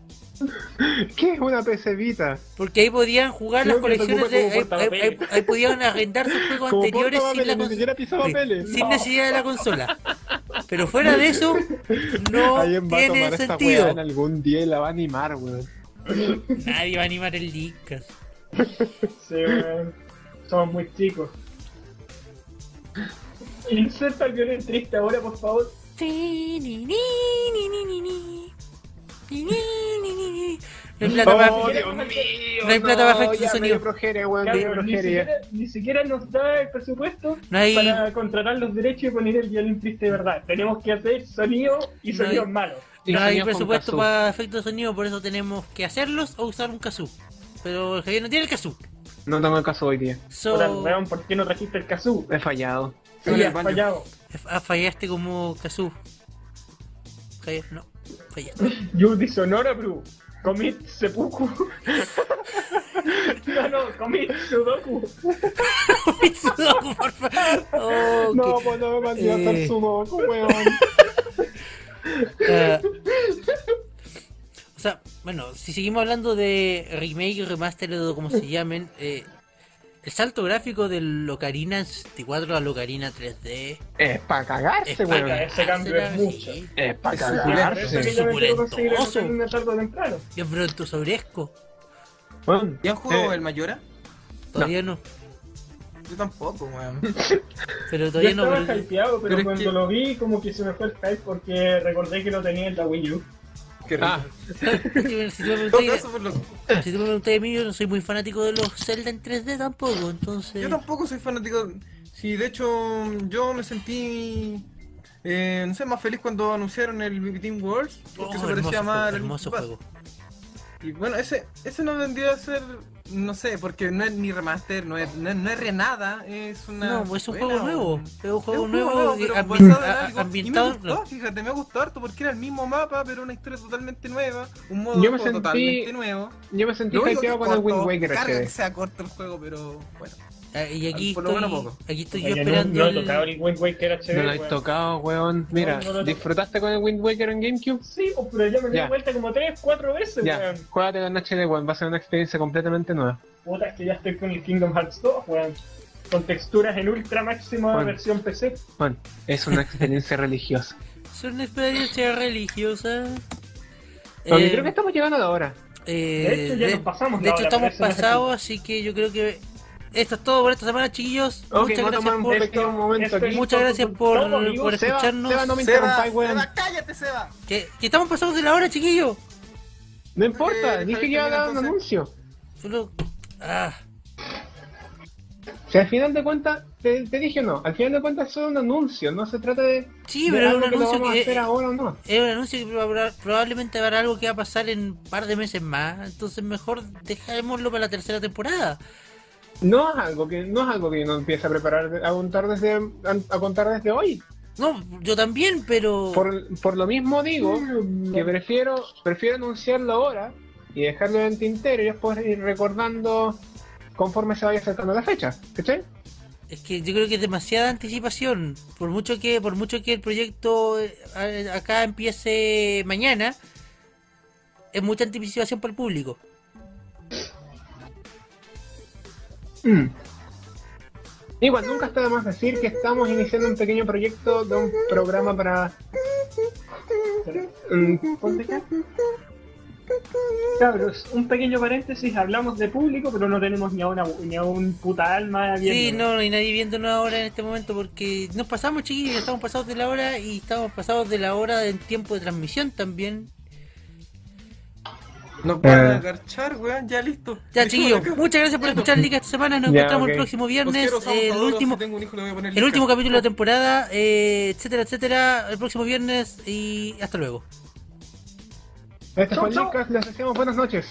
¿Qué es una PC Vita?
Porque ahí podían jugar
Creo
las
que te
colecciones
ocupa
de.
como
Ahí, ahí- ahí-
portapapeles.
ahí podían arrendar sus juegos
Como
anteriores sin,
portapapeles,
la
ni
cons-
siquiera pisaba
sí,
papeles.
sin
No.
necesidad de la consola. Pero fuera de eso, no
Alguien va a tomar
tiene
esta weá
sentido.
en algún día y la va a animar, weón.
Nadie va a animar el Lickers.
Sí, weón. Somos muy chicos. Inserta el violín triste ahora, por favor.
No hay plata para,
Oh,
siquiera-
Dios mío,
no hay plata para efectos
ya,
de
medio
sonido.
eh,
progeria, weón, medio
Cabrón, ni,
progeria.
siquiera, ni siquiera nos da el presupuesto
no hay-
para contratar los derechos y poner el violín triste de verdad. Tenemos que hacer sonido y
No hay-
sonidos malos.
Y
no hay
sonidos con
presupuesto
kazoo.
para efectos de sonido, por eso tenemos que hacerlos o usar un kazoo. Pero el Javier no tiene el kazoo.
No tengo el caso hoy día.
So,
Puta, weón, ¿por qué no trajiste el kazoo?
He fallado.
Estoy en
Sí,
el
has
baño.
fallado.
ah, fallaste como kazoo. Javier, no, fallaste.
You dishonor, bro. Commit seppuku. no, no, commit sudoku.
Sudoku, por favor. Oh,
No,
qué-
pues no me mandé a
Eh.
hacer sudoku, weón.
Eh, o sea, bueno, si seguimos hablando de remake, remaster o como se llamen, eh, el salto gráfico del Ocarina 64 al Ocarina 3D
Es para
es
cagarse,
para
weón.
ese Este cambio
cagársela,
es mucho.
sí.
Es para
Por eso que
cagarse.
yo me quiero conseguir el
Suculentoso.
Ocarina tarde o temprano.
Y es brontosauresco,
Weón,
¿Ya han jugado
eh,
el Mayora?
todavía no.
Yo tampoco, weón.
Pero
Yo
todavía no.
estaba
pero-
hypeado, pero,
pero es
cuando
que-
lo vi como que se me fue el hype porque recordé que lo tenía en la Wii U.
Qué rico.
Ah,
si tú me
En todo
preguntáis-
caso, por lo-
si tú me preguntáis a mí, yo no soy muy fanático de los Zelda en 3D tampoco, entonces...
Yo tampoco soy fanático. Sí, de hecho, yo me sentí. eh, no sé, más feliz cuando anunciaron el BB Team Worlds.
Oh,
Porque se
hermoso
parecía
juego,
más al
hermoso
Link to
juego.
Past. Y bueno, ese, ese no vendría a ser. No sé, porque no es ni remaster, no es, no, es- no es renada, es una.
No, pues es un
secuela,
juego nuevo.
un-
Es un
Es
juego
un
nuevo,
nuevo,
eh,
pero
ambi-
basado en
a-
algo.
ambientado...
Y me gustó, fíjate, me gustó harto porque era el mismo mapa, pero una historia totalmente nueva, un modo
Yo
de
me
juego
sentí-
totalmente nuevo.
yo me sentí
Lo único que
hypeado con el
corto,
Wind Waker
carga que
HD.
sea corto el juego, pero bueno.
Ah, Y aquí
Por lo
estoy,
menos poco.
aquí estoy yo
Oye, no-
esperando.
No, he
el-
tocado ni Wind Waker HD.
No lo he
weón.
tocado, weón. Mira,
No, no lo he
¿disfrutaste con el Wind Waker en GameCube?
Sí, pues, pero ya me di
Ya.
vuelta como 3, 4 veces,
Ya,
weón.
juégate con HD, weón. Va a ser una experiencia completamente nueva.
Puta, es que ya estoy con el Kingdom Hearts 2, weón. Con texturas en ultra máxima
Bueno.
versión PC.
Weón, es una experiencia religiosa.
Es una experiencia religiosa.
Aunque
Eh,
creo que estamos llegando a la hora.
eh,
De hecho, ya
de-
nos pasamos.
de
la
hecho,
hora,
estamos
pero eso no es
pasados, así que yo creo que esto es todo por esta semana, chiquillos.
Ok,
muchas
voy a
gracias
tomar un
por,
así.
pequeño momento aquí.
muchas gracias por,
Todo, amigos.
por este
Seba,
escucharnos.
Seba, no me
Seba,
interrumpáis, weón.
Seba, cállate, Seba.
que, que estamos pasados de la hora, chiquillos.
No importa,
Eh,
dije que
déjame
iba a dar un
terminar,
anuncio.
Solo- ah,
Si al final de cuentas, te, te dije o no, al final de cuentas es solo un anuncio, no se trata de,
sí,
de
pero es
algo
un
que lo
anuncio
vamos a
que. eh,
hacer ahora o no.
Es un anuncio que proba- probablemente habrá algo que va a pasar en un par de meses más. Entonces, mejor dejémoslo para la tercera temporada.
No es algo que no es algo que uno empieza a preparar de- a contar desde a- a contar desde hoy.
No, yo también, pero.
Por, por lo mismo digo
Mm.
que prefiero prefiero anunciarlo ahora y dejarlo en el tintero y después ir recordando conforme se vaya acercando la fecha, ¿cachai?
Es que yo creo que es demasiada anticipación. Por mucho que, por mucho que el proyecto eh, a- acá empiece mañana, es mucha anticipación para el público.
Mm. Igual, nunca está de más decir que estamos iniciando un pequeño proyecto de un programa para... Mm, ¿ponte acá?
Cabros, un pequeño paréntesis, hablamos de público, pero no tenemos ni a, una, ni a un puta alma
Sí,
viendo.
no, no hay nadie viéndonos ahora en este momento porque nos pasamos, chiquillos, estamos pasados de la hora y estamos pasados de la hora en tiempo de transmisión también.
Nos van a
Eh.
agarchar, weón, ya listo.
Ya,
Dejémoslo
chiquillos,
acá.
muchas gracias por escuchar Liga esta semana. Nos
Ya,
encontramos
ok.
el próximo
Los
viernes,
quiero, somos
eh, el
fabulosos,
último,
si tengo un hijo, le voy a poner
el
Lucas.
último capítulo de la temporada, eh, etcétera, etcétera. El próximo viernes y hasta luego.
Este fue el
Chau, chau.
Lickas, les deseamos buenas noches.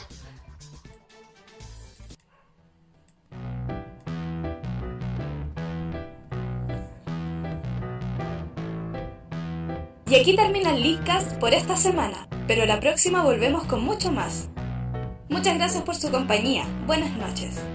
Y aquí termina el Leadcast por esta semana, pero la próxima volvemos con mucho más. Muchas gracias por su compañía. Buenas noches.